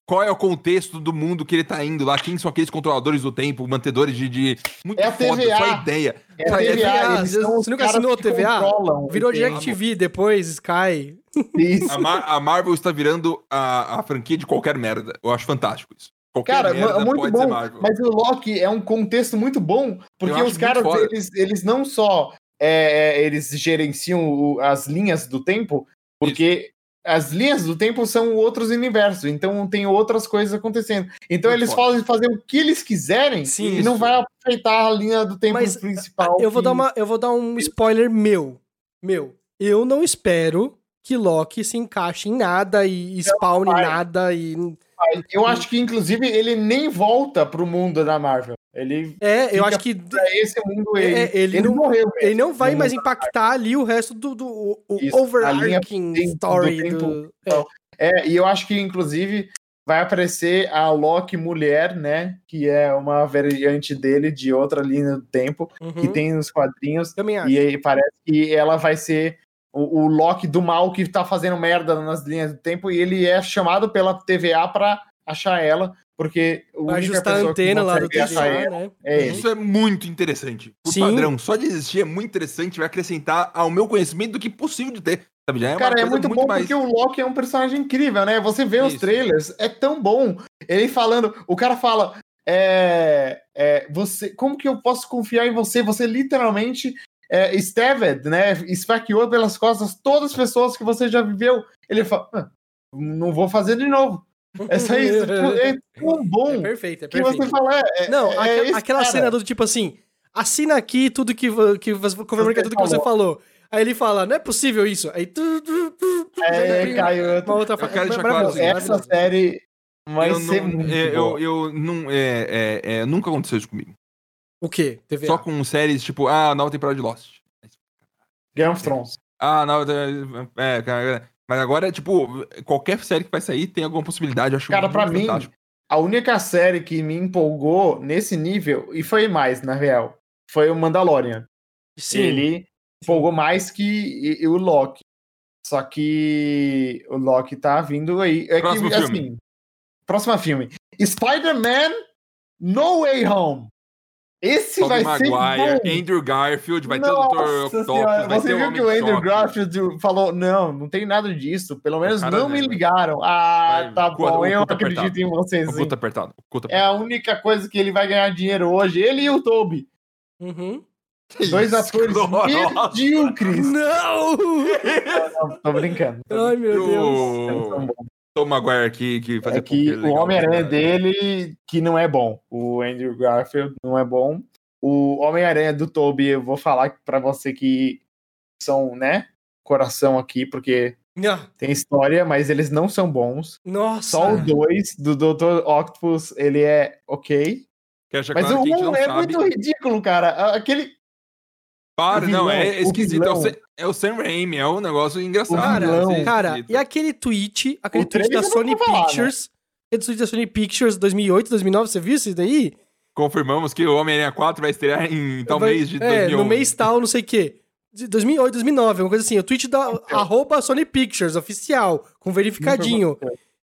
Qual é o contexto do mundo que ele tá indo lá? Quem são aqueles controladores do tempo, mantedores de. de- Muito É a foda, TVA. só ideia. É Tá, TVA, é TVA, eles você- são os você nunca caras assinou que TVA? controlam o Virou tempo. DirecTV, depois Sky. Isso. A, Mar- a Marvel está virando a, a franquia de qualquer merda. Eu acho fantástico isso. Qualquer Cara, merda mu- muito pode bom. ser Marvel. Mas o Loki é um contexto muito bom, porque Eu acho os caras, muito foda. eles, eles não só é, é, eles gerenciam o- as linhas do tempo, porque as linhas do tempo são outros universos, então tem outras coisas acontecendo. Então Muito eles foda. podem fazer o que eles quiserem Sim, e não isso. vai afetar a linha do tempo Mas, principal. Eu vou, que- dar uma, eu vou dar um spoiler meu. Meu, eu não espero que Loki se encaixe em nada e spawn em vai. nada e. um Eu acho que, inclusive, ele nem volta pro mundo da Marvel. Ele. É, eu Fica acho que Pra esse mundo, ele, É, ele ele, não- morreu. mesmo. ele não vai Não mais impactar ali o resto do, do o- o Isso, a overarching linha do story tempo. do. É, e eu acho que, inclusive, vai aparecer a Loki mulher, né? Que é uma variante dele de outra linha do tempo, que Uhum. É. tem nos quadrinhos. Também acho. E aí parece que ela vai ser o, o Loki do mal que tá fazendo merda nas linhas do tempo e ele é chamado pela TVA pra achar ela, porque o Pra ajustar a antena lá do TGA, né? é ele. Isso é muito interessante. Por Sim. padrão, só de existir é muito interessante, vai acrescentar ao meu conhecimento do que possível de ter. Sabe? Já é uma Cara, é coisa muito, bom porque o Loki é um personagem incrível, né? Você vê os Isso. trailers, é tão bom. Ele falando, o cara fala, é, é, você, como que eu posso confiar em você? Você literalmente é, esteved, né? Esfaqueou pelas costas todas as pessoas que você já viveu. Ele fala, "Ah, não vou fazer de novo. É só (laughs) isso. Tipo, é tão É bom perfeito, é que perfeito. você fala, é, é, Não, é aque- esse aquela cara. cena do tipo assim, assina aqui tudo que, vo- que você confirmando que é tudo que você falou. Aí ele fala, não é possível isso. Aí tu, tu, tu, tu, É, tu- caiu. uma outra fa- Eu quero deixar claro o maravilhoso, seguinte, Essa maravilhoso. série vai né? eu ser não, muito é, boa. eu, eu não é, é, é, nunca aconteceu isso comigo. O quê? TVA. Só com séries tipo, ah, nova temporada de Lost. Game of Thrones. Ah, nova temporada- é, cara, mas agora tipo, qualquer série que vai sair tem alguma possibilidade, eu acho Cara, pra muito mim, fantástico. A única série que me empolgou nesse nível, e foi mais, na real, foi o Mandalorian. Sim. Ele empolgou mais que e- e o Loki. Só que o Loki tá vindo aí. É Próximo que, filme. assim, próximo filme. Spider-Man No Way Home. Esse Tobey vai ser bom. Maguire, Andrew Garfield, vai ter o Dr. Nossa Octopus, senhora, vai Você ter o viu que Homem o Andrew Choque. Garfield falou, não, não tem nada disso. Pelo menos cara não me lembra. ligaram. Ah, Vai, tá o bom, cu- eu o cu tá acredito apertado. em vocês. O hein. Couto apertado. O Couto É a única coisa que ele vai ganhar dinheiro hoje. Ele e o Toby. Uhum. Dois atores medíocres. (laughs) Não! Não, tô brincando. Ai, meu Deus. Eles são O bons. Tom Maguire aqui que fazia É que poker o legal. Homem-Aranha dele que não é bom. O Andrew Garfield não é bom. O Homem-Aranha do Toby, eu vou falar pra você que são, né? Coração aqui, porque Nha. tem história, mas eles não são bons. Ah, Nossa. Só o dois do Dr. Octopus, ele é ok. Quero deixar Mas claro que a o gente não um é sabe. muito ridículo, cara. A- Aquele, Para, o não, é vilão, o esquisito. É o, vilão. Sam- é o Sam Raimi, é um negócio engraçado. Cara, vilão. é Cara, esquisito. e aquele tweet, aquele O tweet da trailer eu não Sony vou falar, né? Pictures, aquele tweet da Sony Pictures 2008, 2009, você viu isso daí? Confirmamos que o Homem-Aranha 4 vai estrear em Então, tal Vai- mês de É, 2011. no mês tal, não sei o quê. De 2008, 2009, uma coisa assim. O tweet da Então. arroba Sony Pictures, oficial, com verificadinho.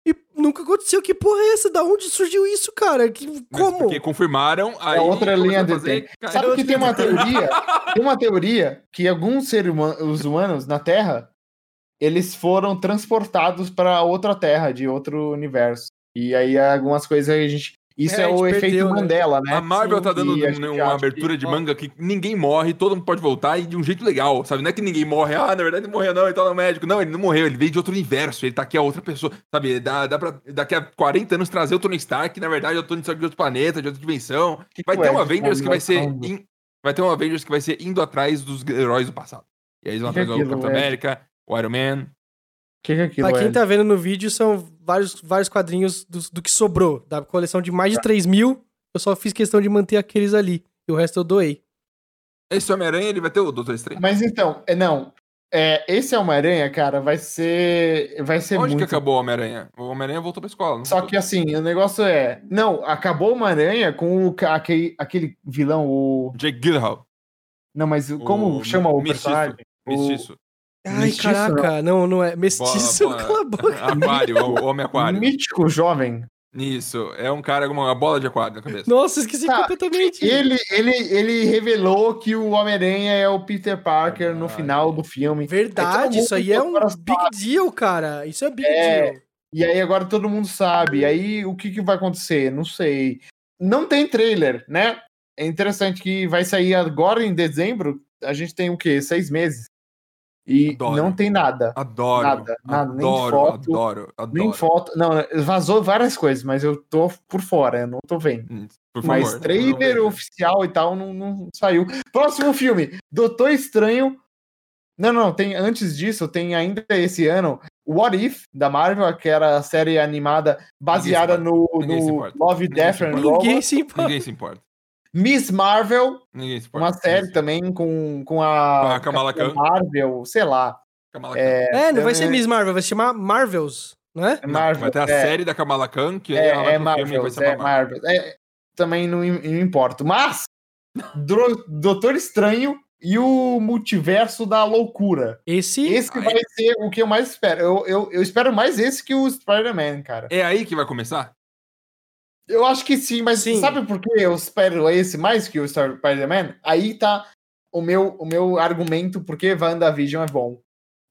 E nunca aconteceu. Que porra é essa? Da onde surgiu isso, cara? Que, Mas como? É Porque confirmaram. Aí É outra começou linha a de fazer- Cara, Sabe que tem uma teoria? Tem uma teoria que alguns seres huma- os humanos na Terra eles foram transportados para outra Terra, de outro universo. E aí algumas coisas a gente. Isso É, é, a o gente efeito perdeu, né? Mandela, né? A Marvel Sim, tá dando e a um- gente uma acha abertura que- de manga que ninguém morre, todo mundo pode voltar e de um jeito legal, sabe? Não é que ninguém morre, ah, na verdade ele morreu não, ele tá no médico. Não, ele não morreu, ele veio de outro universo, ele tá aqui, é outra pessoa, sabe? Dá, dá pra daqui a 40 anos trazer o Tony Stark, na verdade é o Tony Stark de outro planeta, de outra dimensão. que Vai que ter é um de Avengers que vai ser... Mandela? in- Vai ter um Avengers que vai ser indo atrás dos heróis do passado. E aí eles vão Que atrás do aquilo, Capitão é? América, o Iron Man... Que que é aquilo, Pra quem Ed? tá vendo no vídeo, são vários, vários quadrinhos do, do que sobrou. Da coleção de mais de Ah. 3 mil, eu só fiz questão de manter aqueles ali. E o resto eu doei. Esse Homem-Aranha, ele vai ter o Doutor Estranho. Mas então, é, não. É, esse Homem-Aranha, cara, vai ser. Vai ser Onde que muito acabou o Homem-Aranha? O Homem-Aranha voltou pra escola. não Só voltou? que assim, o negócio é. Não, acabou uma aranha com o, ca- aquele, aquele vilão, o. Jake Gyllenhaal, Não, mas como O chama o mestiço. personagem? O- mestiço. Ai, Mestiço, caraca. Não, não é. Mestiço, Bola, bola. (laughs) cala a boca. (laughs) Aquário, o Homem Aquário. mítico jovem. Isso, é um cara com uma bola de aquário na cabeça. Nossa, esqueci Tá, completamente. Ele, ele, ele revelou que o Homem-Aranha é o Peter Parker no Verdade. final do filme. Aí todo Verdade, isso mundo aí é um agora big deal, cara. Isso é big É, deal. E aí agora todo mundo sabe. E aí o que, que vai acontecer? Não sei. Não tem trailer, né? É interessante que vai sair agora em dezembro. A gente tem o quê? Seis meses. E Adoro. não tem nada. Adoro. Nada, nada, nem adoro, foto, adoro, adoro. Nem foto. Não, vazou várias coisas, mas eu tô por fora, eu não tô vendo. Hum, Por favor. mas trailer não vejo. oficial e tal não, não saiu. Próximo filme: Doutor Estranho Não, não, tem antes disso, tem ainda esse ano What If da Marvel, que era a série animada baseada Ninguém no, Ninguém se no importa. Love, Ninguém Death se and importa. Ninguém Robots. se importa. Ninguém se importa. Miss Marvel, Ninguém se importa. uma série Ninguém se também com, com a Ah, Kamala Khan. Marvel, sei lá. importa. Kamala Khan. É, É, não vai ser é- Miss Marvel, vai se chamar Marvels, não é? é Não, Marvel. vai ter a é. série da Kamala Khan, que aí ela É, é vai pro filme e Marvel, vai ser é uma Marvel. Marvel. É, também não, im- não importa. Mas, Dro- Doutor Estranho e o Multiverso da Loucura. Esse. Esse Ah, vai ser o que eu mais espero. Eu, eu, eu espero mais esse que o Spider-Man, cara. É aí que vai começar? Eu acho que sim, mas Sim. sabe por que eu espero esse mais que o Spider-Man? Aí tá o meu, o meu argumento porque WandaVision é bom.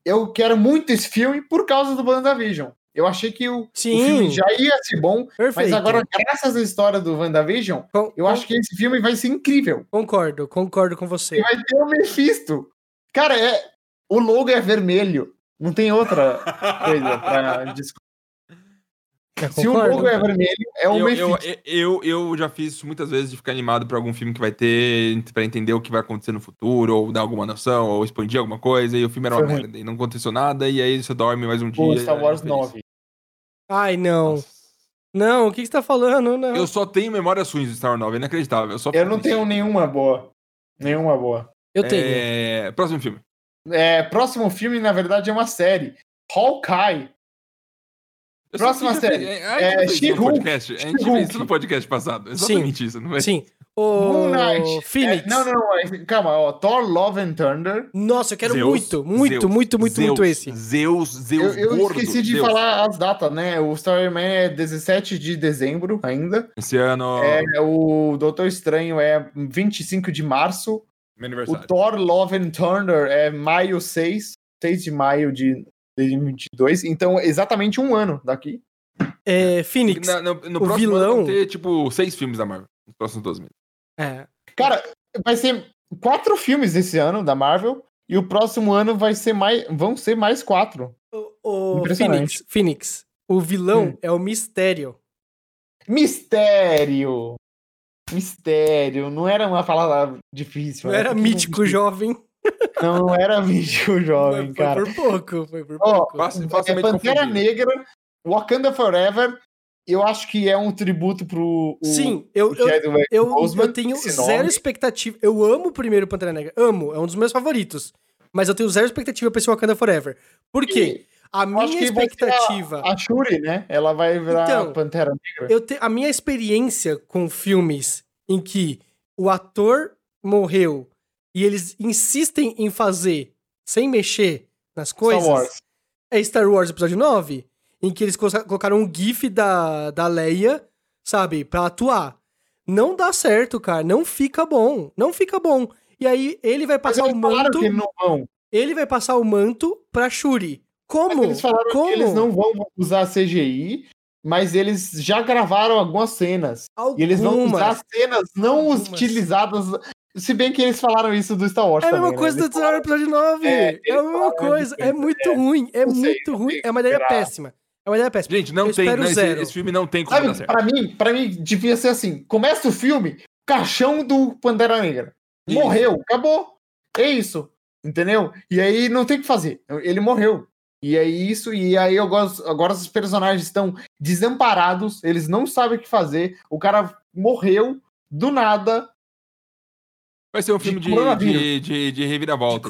Eu quero muito esse filme por causa do WandaVision. Eu achei que o, o filme Sim, já ia ser bom, perfeito. mas agora, graças à história do WandaVision, Con- eu acho que esse filme vai ser incrível. Concordo, concordo com E você. vai ter o Mephisto. Cara, é... o logo é vermelho. Não tem outra coisa pra discutir. Eu Se o concordo. logo é vermelho, é o eu, eu, Mephisto. eu, eu já fiz isso muitas vezes de ficar animado pra algum filme que vai ter, pra entender o que vai acontecer no futuro, ou dar alguma noção, ou expandir alguma coisa, e o filme era uma Foi ruim. merda, e não aconteceu nada, e aí você dorme mais um dia. O e Star é Wars feliz. 9. Ai, não. Não, o que que você tá falando? Não. Eu só tenho memórias ruins do Star Wars 9, é inacreditável. Eu, só Eu não tenho nenhuma boa. Nenhuma boa. Eu tenho. É, Próximo filme. É, próximo filme, na verdade, é uma série. Hawkeye. Eu Próxima sei que série. já- a gente É, fez isso no She-Hulk. podcast, A gente fez She-Hulk. isso no podcast passado. Exatamente isso, não é? Sim. O Moon Knight. Phoenix. É, não, não, não. é- Calma, ó, Thor Love and Thunder. Nossa, eu quero Zeus, muito, muito, Zeus, muito, muito, Zeus, muito esse. Zeus, Eu, Zeus, eu gordo, esqueci de Zeus. falar as datas, né? O Starman é 17 de dezembro ainda. Esse ano, É, Ah. o Doutor Estranho é 25 de março. meu O aniversário. Thor Love and Thunder é maio 6, 6 de maio de 2022. Então, exatamente um ano daqui. É, Phoenix. Na- no, no o próximo vilão- ano vão ter, tipo, seis filmes da Marvel. Nos próximos 12 meses. É. Cara, vai ser quatro filmes esse ano da Marvel. E o próximo ano vai ser mais. Vão ser mais quatro. O, o Impressionante. Phoenix. Phoenix. O vilão Hum. é o Mistério. Mistério! Mistério. Não era uma palavra difícil. Não né? era Porque mítico jovem. Não, não era mítico, (laughs) jovem, Foi- foi cara. por pouco, foi por Ó, pouco. Fácil- facilmente é Pantera confundido. Negra, Wakanda Forever. Eu acho que é um tributo pro. o- Sim, eu, o eu, Chadwick eu, Boseman, eu tenho esse zero nome. expectativa. Eu amo o primeiro Pantera Negra. Amo, é um dos meus favoritos. Mas eu tenho zero expectativa pra esse Wakanda Forever. Por quê? A acho minha que vai ser expectativa. A Shuri, né? Ela vai virar Então, Pantera eu te- a minha experiência com filmes em que o ator morreu e eles insistem em fazer sem mexer nas Negra. coisas. Star Wars. é Star Wars Episódio 9, em que eles coloca- colocaram um gif da, da Leia, sabe, pra atuar. Não dá certo, cara. Não fica bom. Não fica bom. E aí ele vai Mas passar eles o falaram manto. que não vão. Ele vai passar o manto pra Shuri. Como? Mas Eles falaram Como? que eles não vão usar CGI, mas eles já gravaram algumas cenas. E eles vão usar Algumas. cenas não Algumas. utilizadas. Se bem que eles falaram isso do Star Wars. É a também, mesma né? coisa Eles do Star Wars Episódio 9. É, É, eles a mesma falaram coisa. de É coisa, muito ruim. É Não sei, muito ruim. tem que É uma ideia esperar. péssima. É uma ideia péssima. Gente, não Eu tem. espero Não, esse, zero. esse filme não tem como dar Sabe, certo. pra mim, pra mim, devia ser assim: começa o filme, caixão do Pantera Negra. Isso. Morreu, acabou. É isso. Entendeu? E aí não tem o que fazer. Ele morreu. E é isso, e aí eu gosto. Agora os personagens estão desamparados, eles não sabem o que fazer. O cara morreu do nada. Vai ser um filme de, coronavírus. de, de, de reviravolta.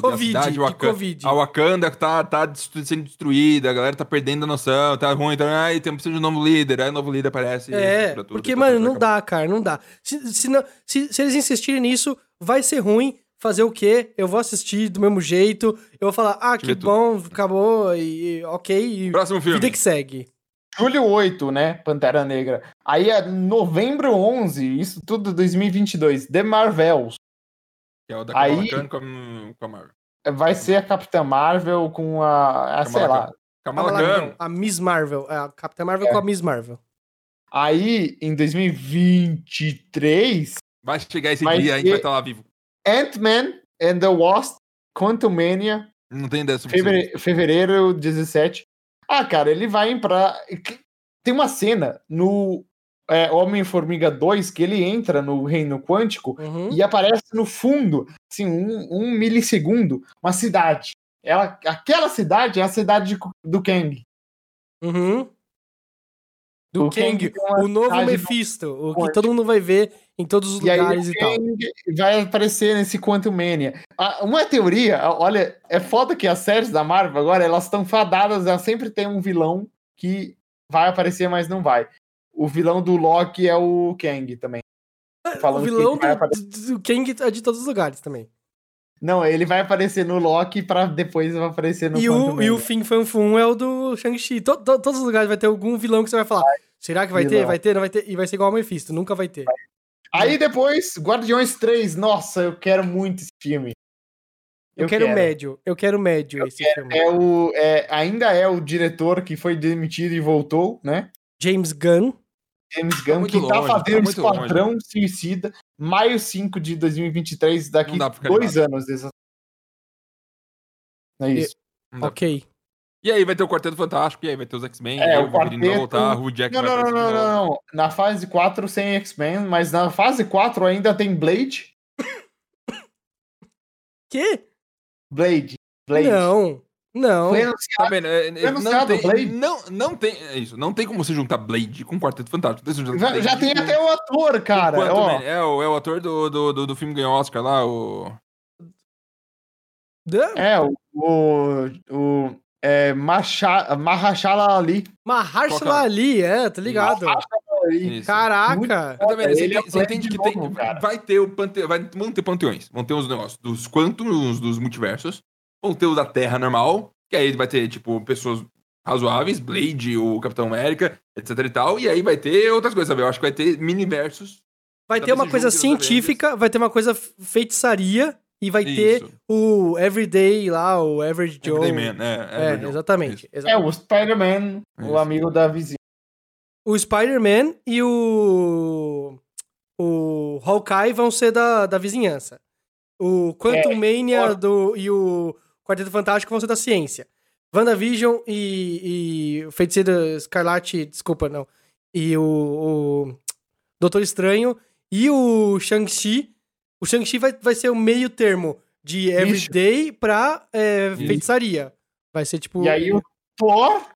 De de a Covid, cidade, de Wakanda, Covid. A Wakanda tá, tá destru- sendo destruída, a galera tá perdendo a noção, tá ruim, tá. Ai, tem precisa de um novo líder. Aí o novo líder aparece. É, pra tudo, porque, pra mano, tudo, não pra dá, cara, não dá. Se, se, não- se- se eles insistirem nisso, vai ser ruim. Fazer o quê? Eu vou assistir do mesmo jeito. Eu vou falar, ah, Deixa eu que ver tudo. bom, acabou, e, e ok, e acabar. Próximo filme. vida que segue. Julho 8, né? Pantera Negra. Aí é novembro 11, isso tudo 2022. The Marvels. Que é o da Aí- Kamala Khan com, com a Marvel. Vai ser a Capitã Marvel com a. a sei Kamala lá. Khan. Kamala Fala lá, Khan. então, a Miss Marvel, a Capitã Marvel É. com a Miss Marvel. Aí, em 2023, Vai chegar esse Vai dia, a gente vai ser- estar lá vivo. Ant-Man and the Wasp, Quantumania, Não tem ideia sobre isso. fevere... fevereiro 17. Ah, cara, ele vai pra... Tem uma cena no é, Homem-Formiga 2 que ele entra no Reino Quântico Uhum. e aparece no fundo, assim, um, um milissegundo, uma cidade. Ela, aquela cidade é a cidade de- do Kang. Uhum. Do O Kang Kang, tem uma o novo cidade Mephisto, o que forte. todo mundo vai ver em todos os E aí lugares e o tal. Kang vai aparecer nesse Quantum Mania. Ah, Uma teoria, olha, é foda que as séries da Marvel agora, elas estão fadadas, elas sempre tem um vilão que vai aparecer, mas não vai. O vilão do Loki é o Kang também. É, O Falando que vilão do, vai apare- do Kang é de todos os lugares também. Não, ele vai aparecer no Loki pra depois aparecer no E Quantum o, e o Mania. Fing Fan Fun é o do Shang-Chi. To- to- todos os lugares vai ter algum vilão que você vai falar. Será que vai ter? vilão. Vai ter? Não vai ter? E vai ser igual ao Mephisto, nunca vai ter. Aí depois, Guardiões 3. Nossa, eu quero muito esse filme. Eu, quero, médio, eu quero médio esse filme. É o, é, ainda é o diretor que foi demitido e voltou, né? James Gunn. James Gunn, muito que tá longe, tá fazendo muito Esquadrão Suicida, maio 5 de 2023, daqui Não dá pra ficar dois anos. exa- É isso. Não. Ok. E aí vai ter o Quarteto Fantástico, e aí vai ter os X-Men, É, e aí o o Wolverine vai Quarteto- voltar, o Jack Não, vai não, não, aparecer não, de novo. não, não. Na fase 4 sem X-Men, mas na fase 4 ainda tem Blade. Que? Blade. Blade. Não. Não. Foi anunciado. Também, é, é, não, Tá anunciado tem, Blade. não, não tem. É isso, não tem como você juntar Blade com Quarteto Fantástico. Você junta Já, Blade já tem com- até o ator, cara. Quanto, ó. né? é, o, é o ator do, do, do, do filme que ganhou Oscar lá, o. Dan? É, o. o, o é, Macha- Mahashala Ali. Mahershala Qual Ali, é, tá ligado? Ali. Isso. Caraca. Mas também, Ele você, é entende, o você Blade entende de que tem, novo, cara. vai ter o pante, vai manter panteões, vão ter os negócios dos quantos dos multiversos, vão ter os da Terra normal, que aí vai ter tipo pessoas razoáveis, Blade, o Capitão América, etc e tal, e aí vai ter outras coisas, sabe? Eu acho que vai ter miniversos. Vai ter Talvez uma se coisa junte os científica, vai ter uma coisa f- feitiçaria e vai ter Isso. o Everyday lá, o Average Joe. Everyday Man, é, É, Everyday. exatamente. exa- É o Spider-Man, Isso. o amigo da vizinha. O Spider-Man e o. O Hawkeye vão ser da, da vizinhança. O É, Quantum Mania fora. do, e o Quarteto Fantástico vão ser da ciência. WandaVision e, e o Feiticeiro Escarlate, desculpa, não. E o, o Doutor Estranho e o Shang-Chi. O Shang-Chi vai, vai ser o meio termo de everyday pra é, Isso. feitiçaria. Vai ser tipo. E aí o Thor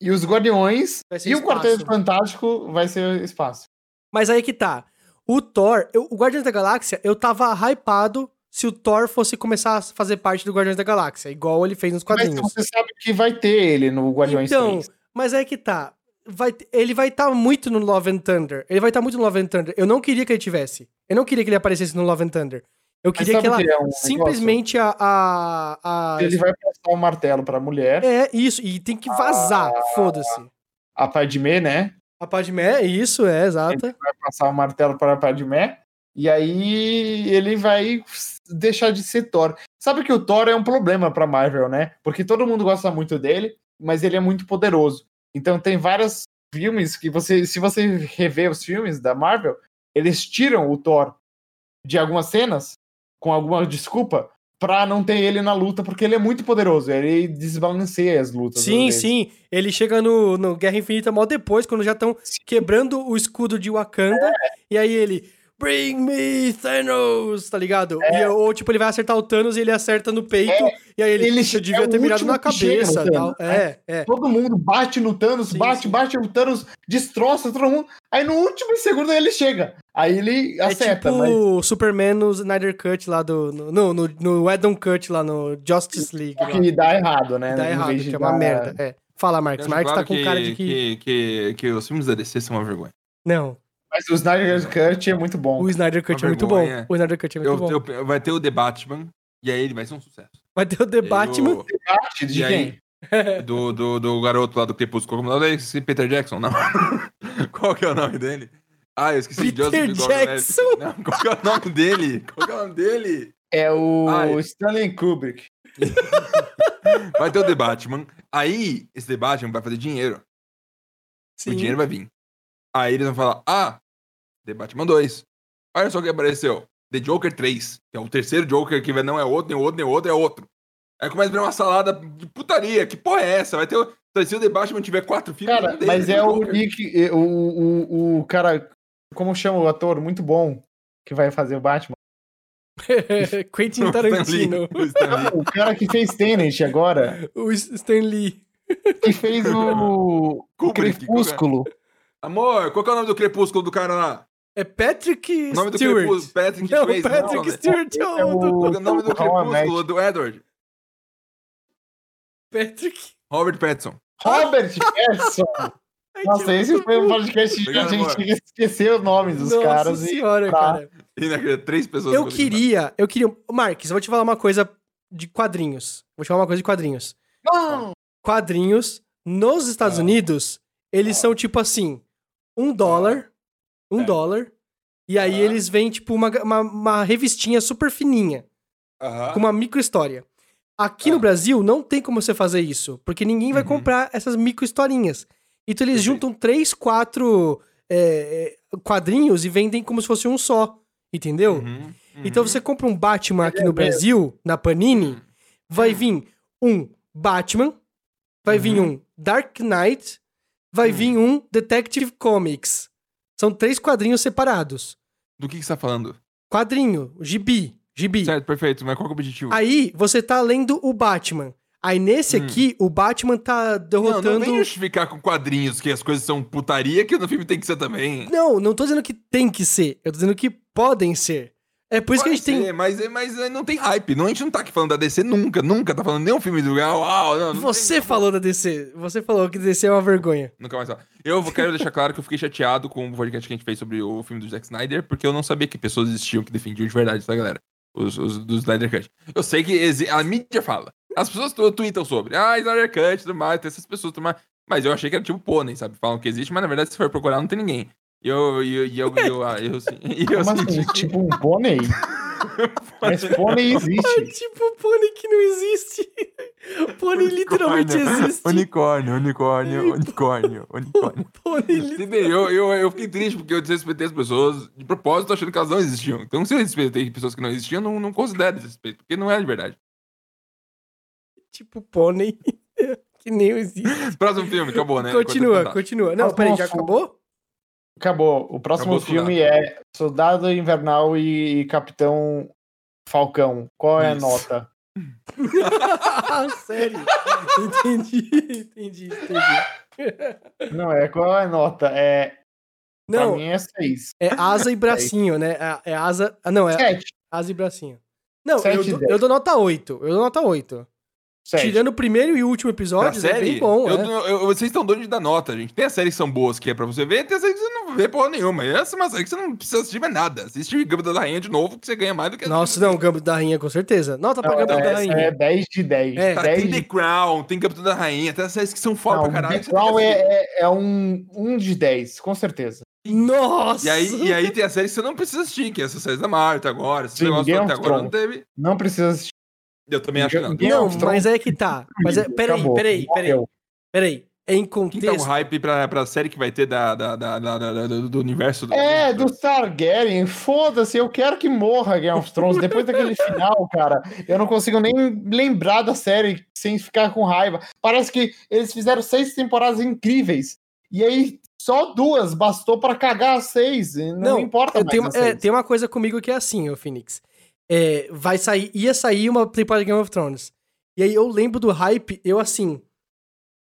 e os Guardiões vai ser e o espaço. Quarteto Fantástico vai ser espaço. Mas aí que tá. O Thor, eu- o Guardiões da Galáxia, eu tava hypado se o Thor fosse começar a fazer parte do Guardiões da Galáxia, igual ele fez nos Mas quadrinhos. você sabe que vai ter ele no um Guardiões então, 3. mas aí que tá. Vai, t- ele vai estar muito no Love and Thunder. Ele vai estar muito no Love and Thunder. Eu não queria que ele tivesse. Eu não queria que ele aparecesse no Love and Thunder. Eu Mas queria sabe que ela o que é um negócio? simplesmente a, a, a- Ele vai passar o martelo pra mulher, É isso, e tem que vazar. Ah. Foda-se. a Padmé, né? A Padmé, isso, é, exata. Vai passar o martelo pra Padmé. E aí ele vai deixar de ser Thor. Sabe que o Thor é um problema pra Marvel, né? Porque todo mundo gosta muito dele, mas ele é muito poderoso. Então tem vários filmes que você, se você rever os filmes da Marvel, eles tiram o Thor de algumas cenas com alguma desculpa pra não ter ele na luta, porque ele é muito poderoso, ele desbalanceia as lutas. às Sim, vezes. sim. Ele chega no, no Guerra Infinita mal depois, quando já estão quebrando o escudo de Wakanda. É. E aí ele. Bring me Thanos, tá ligado? É. E, ou tipo, ele vai acertar o Thanos e ele acerta no peito. E aí ele, Ele ele che- devia é o ter mirado último na que chega cabeça. no tal. Thanos, É, é. Todo mundo bate no Thanos, Sim, bate, sim. bate no Thanos, destroça todo mundo. Aí no último segundo ele chega. Aí ele é tipo acerta, Tá mas o Superman no Snyder Cut lá do. No, no, no, no Adam Cut lá no Justice League. só Lá, que dá errado, né? que dá Em errado, vez de que é uma dar- merda. É. Fala, Marcos. Eu acho Marcos claro tá com cara de que. Que, que, que os filmes da DC são uma vergonha. Não, Mas o Snyder Cut é muito bom. o Snyder Cut é Uma muito bom. vergonha. O Snyder Cut é muito Eu- bom. eu- vai ter o The Batman, e aí ele vai ser um sucesso. Vai ter o The E aí Batman. é. o- Bate de E aí? quem? do, do, do garoto lá do Crepúsculo. Como é o nome dele? Esse Peter Jackson, não. (laughs) qual que é o nome dele? Ah, eu esqueci. Peter Jackson! Gordon-Levitt. Não, qual que é o nome dele? Qual que é o nome dele? É o Ah, Ai. Stanley Kubrick. Vai ter o The Batman. Aí, esse The Batman vai fazer dinheiro. O Sim. dinheiro vai vir. Aí eles vão falar, ah, The Batman 2. Olha só o que apareceu. The Joker 3, que é o terceiro Joker que vai- não é outro, nem outro, nem outro, é outro. Aí começa a virar uma salada de putaria. Que porra é essa? Vai ter... o- Se o The Batman tiver quatro filmes... Cara, um deles mas é o o (laughs) Joker. Nick, é, o, o, o cara, como chama o ator? Muito bom que vai fazer o Batman. (laughs) Quentin Tarantino. (laughs) O Stan Lee. O cara que fez Tenet agora, o Stan Lee. que (laughs) fez o, o Kubrick, Crepúsculo. Amor, qual que é o nome do crepúsculo do cara lá? É Patrick O nome do Stewart. crepúsculo, Patrick Não, Swayze, Patrick velho. Stewart é É o do- o, Qual que é o nome do Robert crepúsculo do Edward? Patrick. Robert Pattinson. (laughs) (laughs) Robert Pattinson. Ai, Nossa, que- esse foi um podcast que a Obrigado, gente amor. esqueceu os nomes dos Nossa caras. e- senhora, tá. cara. é Inacreditável. Três pessoas. Eu que queria, eu queria. Marques, eu vou te falar uma coisa de quadrinhos. Vou te falar uma coisa de quadrinhos. Não! Quadrinhos, nos Estados Ah. Unidos, eles são tipo assim: um dólar, um É. dólar, e aí Ah. eles vêm tipo uma, uma, uma revistinha super fininha, Aham. com uma micro história. Aqui no Ah. Brasil não tem como você fazer isso, porque ninguém vai Uhum. comprar essas micro historinhas. Então eles Perfeito. juntam três, quatro é, é, quadrinhos e vendem como se fosse um só, entendeu? Uhum, uhum. Uhum. Então você compra um Batman aqui no Brasil, na Panini, vai É. vir um Batman, vai vir Uhum. um Dark Knight, vai vir um Detective Comics. São três quadrinhos separados. Do que, que você tá falando? Quadrinho, gibi, gibi. Certo, perfeito. Mas qual que é o objetivo? Aí você tá lendo o Batman. Aí nesse Hum. aqui, o Batman tá não, não derrotando. vem justificar com quadrinhos que as coisas são putaria, que no filme tem que ser também. Não, não tô dizendo que tem que ser. Eu tô dizendo que podem ser. É por isso que a gente Pode tem. ser, Mas, mas não tem hype. Não, a gente não tá aqui falando da DC nunca, nunca. Tá falando nenhum filme do Gal. uau, não, não Você tem- falou da DC. Você falou que DC é uma vergonha. Nunca mais fala. Eu vou- quero deixar claro que eu fiquei chateado com o podcast que a gente fez sobre o filme do Zack Snyder, porque eu não sabia que pessoas existiam que defendiam de verdade, tá, galera? Os, os do Snyder Cut. Eu sei que exi- a mídia fala. As pessoas tu- tweetam sobre. Ah, Snyder Cut, tudo mais, tem essas pessoas, tudo mais. Mas eu achei que era tipo pônei, sabe? Falam que existe, mas na verdade, se for procurar, não tem ninguém. E eu, e eu, e eu, e eu, ah, eu, (laughs) sim- e eu Como senti assim? Tipo um (laughs) pônei? Mas pônei É existe. tipo o pônei que não existe. Pônei literalmente né? (laughs) existe. Unicórnio, unicórnio, unicórnio, unicórnio. (laughs) Pônei li- Entendeu? Eu, eu, eu fiquei triste porque eu desrespeitei as pessoas de propósito, achando que elas não existiam. Então, se eu respeitei pessoas que não existiam, eu não, não considero desrespeito, porque não é de verdade. tipo pônei (laughs) que nem existe. Próximo filme, acabou, né? continua, Corta- continua. Não, Nossa, peraí, já fofo. acabou? (laughs) Acabou. O próximo Acabou o filme é Soldado Invernal e Capitão Falcão. Qual é a Isso. nota? Sério. Entendi, entendi, entendi. Não, é qual é a nota? É, Pra Não, mim é seis. (laughs) é asa e bracinho, né? É, é asa. ah, Não, é Sete. asa e bracinho. Não, Sete eu e dou, dez. eu dou nota 8. Eu dou nota 8. Sete. Tirando o primeiro e último Pra episódio, é série, bem bom. eu é. tô- eu- vocês estão doidos de dar nota, gente. Tem as séries que são boas, que é pra você ver, tem as séries que você não vê porra nenhuma. E essa é uma série que você não precisa assistir mais nada. Assiste Gambito da Rainha de novo, que você ganha mais do que... Nossa, não, Gambito da Rainha, com certeza. Nota pra Não, Gambito da essa Rainha. é 10 de 10. É, Tá, tem 10 The de... Crown, tem Gambito da Rainha, tem as séries que são foda Não, pra caralho. The que você tem que Crown assistir. é, é, é um, um de 10, com certeza. Nossa! E aí, e aí tem a série que você não precisa assistir, que é essa série da Marta agora. Esse Sim, negócio Game todo até of agora não Thrones. teve. Não precisa assistir. Eu também acho que não. Game não, of Thrones mas é que tá. Mas é, peraí, Acabou. peraí, peraí, Morreu. peraí. É em Quem tá um contexto. hype pra, pra série que vai ter da, da, da, da- da- da- do universo do. É, do Targaryen, foda-se, eu quero que morra Game of Thrones. (laughs) Depois daquele final, cara, eu não consigo nem lembrar da série sem ficar com raiva. Parece que eles fizeram seis temporadas incríveis. E aí, só duas bastou pra cagar as seis. e Não, Não, importa eu mais. tenho- as é, seis. tem uma coisa comigo que é assim, ô Phoenix. É, vai sair, ia sair uma temporada de Game of Thrones. E aí eu lembro do hype, eu assim.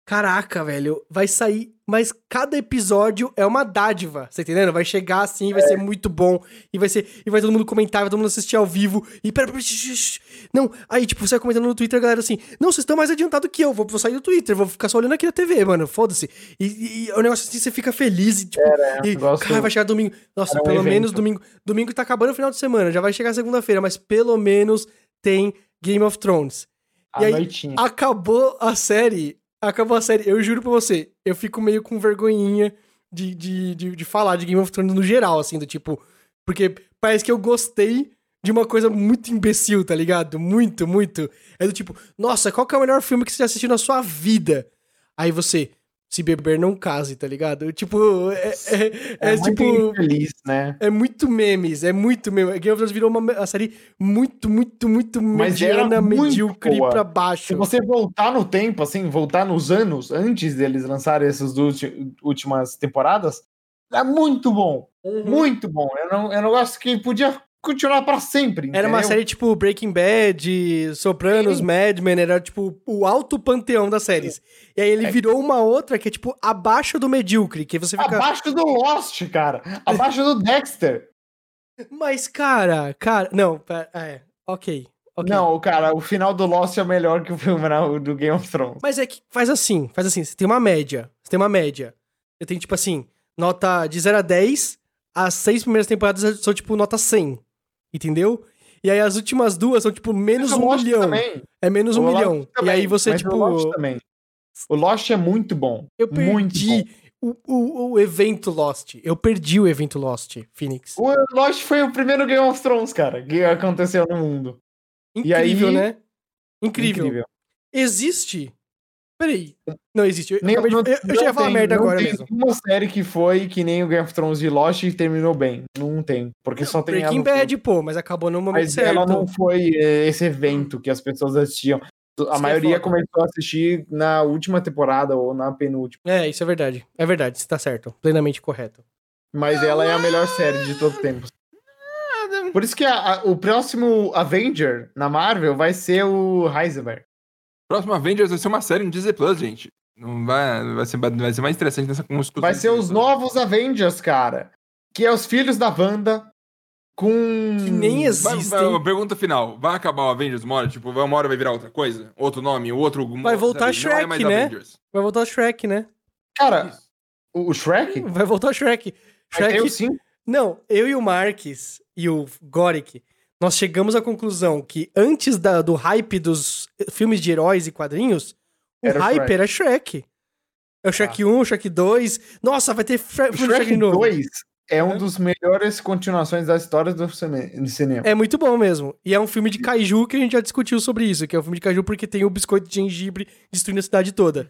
Caraca, velho, vai sair, mas cada episódio é uma dádiva, você tá entendendo? Vai chegar assim, vai É. ser muito bom, e vai ser, e vai todo mundo comentar, vai todo mundo assistir ao vivo, e pera, pera, shh, shh, shh. não, aí tipo, você vai comentando no Twitter, a galera assim, não, vocês estão mais adiantado que eu, vou, vou sair do Twitter, vou ficar só olhando aqui na TV, mano, foda-se. E, e- e é um negócio assim, você fica feliz, e tipo, um e, negócio- cara, vai chegar domingo, nossa, Era um pelo evento. menos domingo, domingo tá acabando o final de semana, já vai chegar segunda-feira, mas pelo menos tem Game of Thrones. A e aí- noitinha. Acabou a série. Acabou a série. Eu juro pra você, eu fico meio com vergonhinha de, de, de, de falar de Game of Thrones no geral, assim, do tipo. Porque parece que eu gostei de uma coisa muito imbecil, tá ligado? Muito, muito. É do tipo, nossa, qual que é o melhor filme que você já assistiu na sua vida? Aí você, se beber, não case, tá ligado? Tipo, é, é- é É, muito tipo. infeliz, né? É muito memes, é muito meme. Game of Thrones virou uma, me- uma série muito, muito, muito Mas era mediana, muito medíocre boa. pra Se baixo. você voltar no tempo, assim, voltar nos anos antes deles lançarem essas ulti- Uhum. últimas temporadas, é muito bom. Muito bom. Eu não, eu não gosto que podia continuar pra sempre. Era uma entendeu? série tipo Breaking Bad, Sopranos, Mad Men, era tipo o alto panteão das séries. E aí ele virou uma outra que é tipo abaixo do medíocre, que você fica. Abaixo do Lost, cara. Abaixo do Dexter. Mas, cara, cara. Não, pera- é. Ok. (laughs) ok. Não, cara, o final do Lost é melhor que o final do Game of Thrones. Mas é que faz assim, faz assim, você tem uma média, você tem uma média. Você tem, tipo assim, nota de 0 a 10, as seis primeiras temporadas são, tipo, nota 100, entendeu? E aí as últimas duas são, tipo, menos Mas o um Lost milhão. também. É menos O um Lost milhão. E também, aí você, mas tipo... O Lost também. O Lost é muito bom. Eu Muito perdi o, o, o evento Lost. Eu perdi o evento Lost, Phoenix. O Lost foi o primeiro Game of Thrones, cara, que aconteceu no mundo. e aí- Incrível, né? Incrível. Existe. Peraí. Não existe. Eu, Nem, acabei de- não- eu- eu já ia não falar tem- merda não agora tem mesmo. Uma série que foi que nem o Game of Thrones de Lost e terminou bem. Não tem. Porque só tem Breaking ela. Bad, pô, mas acabou no momento Mas certo. ela não foi é, esse evento que as pessoas assistiam. A é maioria foda. começou a assistir na última temporada ou na penúltima. É, isso é verdade. É verdade, você tá certo. Plenamente correto. Mas ela é a melhor série de todos os tempos. Por isso que a- a- o próximo Avenger na Marvel vai ser o Heisenberg. Próximo Avengers vai ser uma série no Disney Plus, gente. Não vai, vai, ser, vai ser mais interessante nessa com os- Vai ser os né? novos. novos Avengers, cara. Que é os filhos da Wanda com. Que nem Vai, existem. vai, uma pergunta final. Vai acabar o Avengers uma hora? Tipo, vai- uma hora vai virar outra coisa? Outro nome? Outro... Vai voltar sabe? Não é Shrek, mais né? Avengers. Vai voltar o Shrek, né? Cara, o o Shrek? Vai voltar o Shrek. Shrek. Eu sim. Não, eu e o Marques e o Goric, nós chegamos à conclusão que antes da- do hype dos filmes de heróis e quadrinhos, o Era o hype Shrek. Ah. era Shrek. É o Shrek 1, o Shrek 2. Nossa, vai ter Shre- O filme do Shrek Shrek novo. 2 é um dos melhores continuações da história do cine- do cinema. É muito bom mesmo. E é um filme de kaiju que a gente já discutiu sobre isso, que é um filme de kaiju porque tem o biscoito de gengibre destruindo a cidade toda,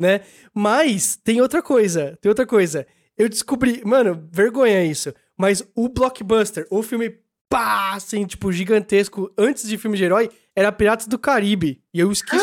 né? Mas tem outra coisa, tem outra coisa. Eu descobri, mano, vergonha isso, mas o blockbuster, o filme pá, assim, tipo, gigantesco, antes de filme de herói, era Piratas do Caribe. E eu esqueci.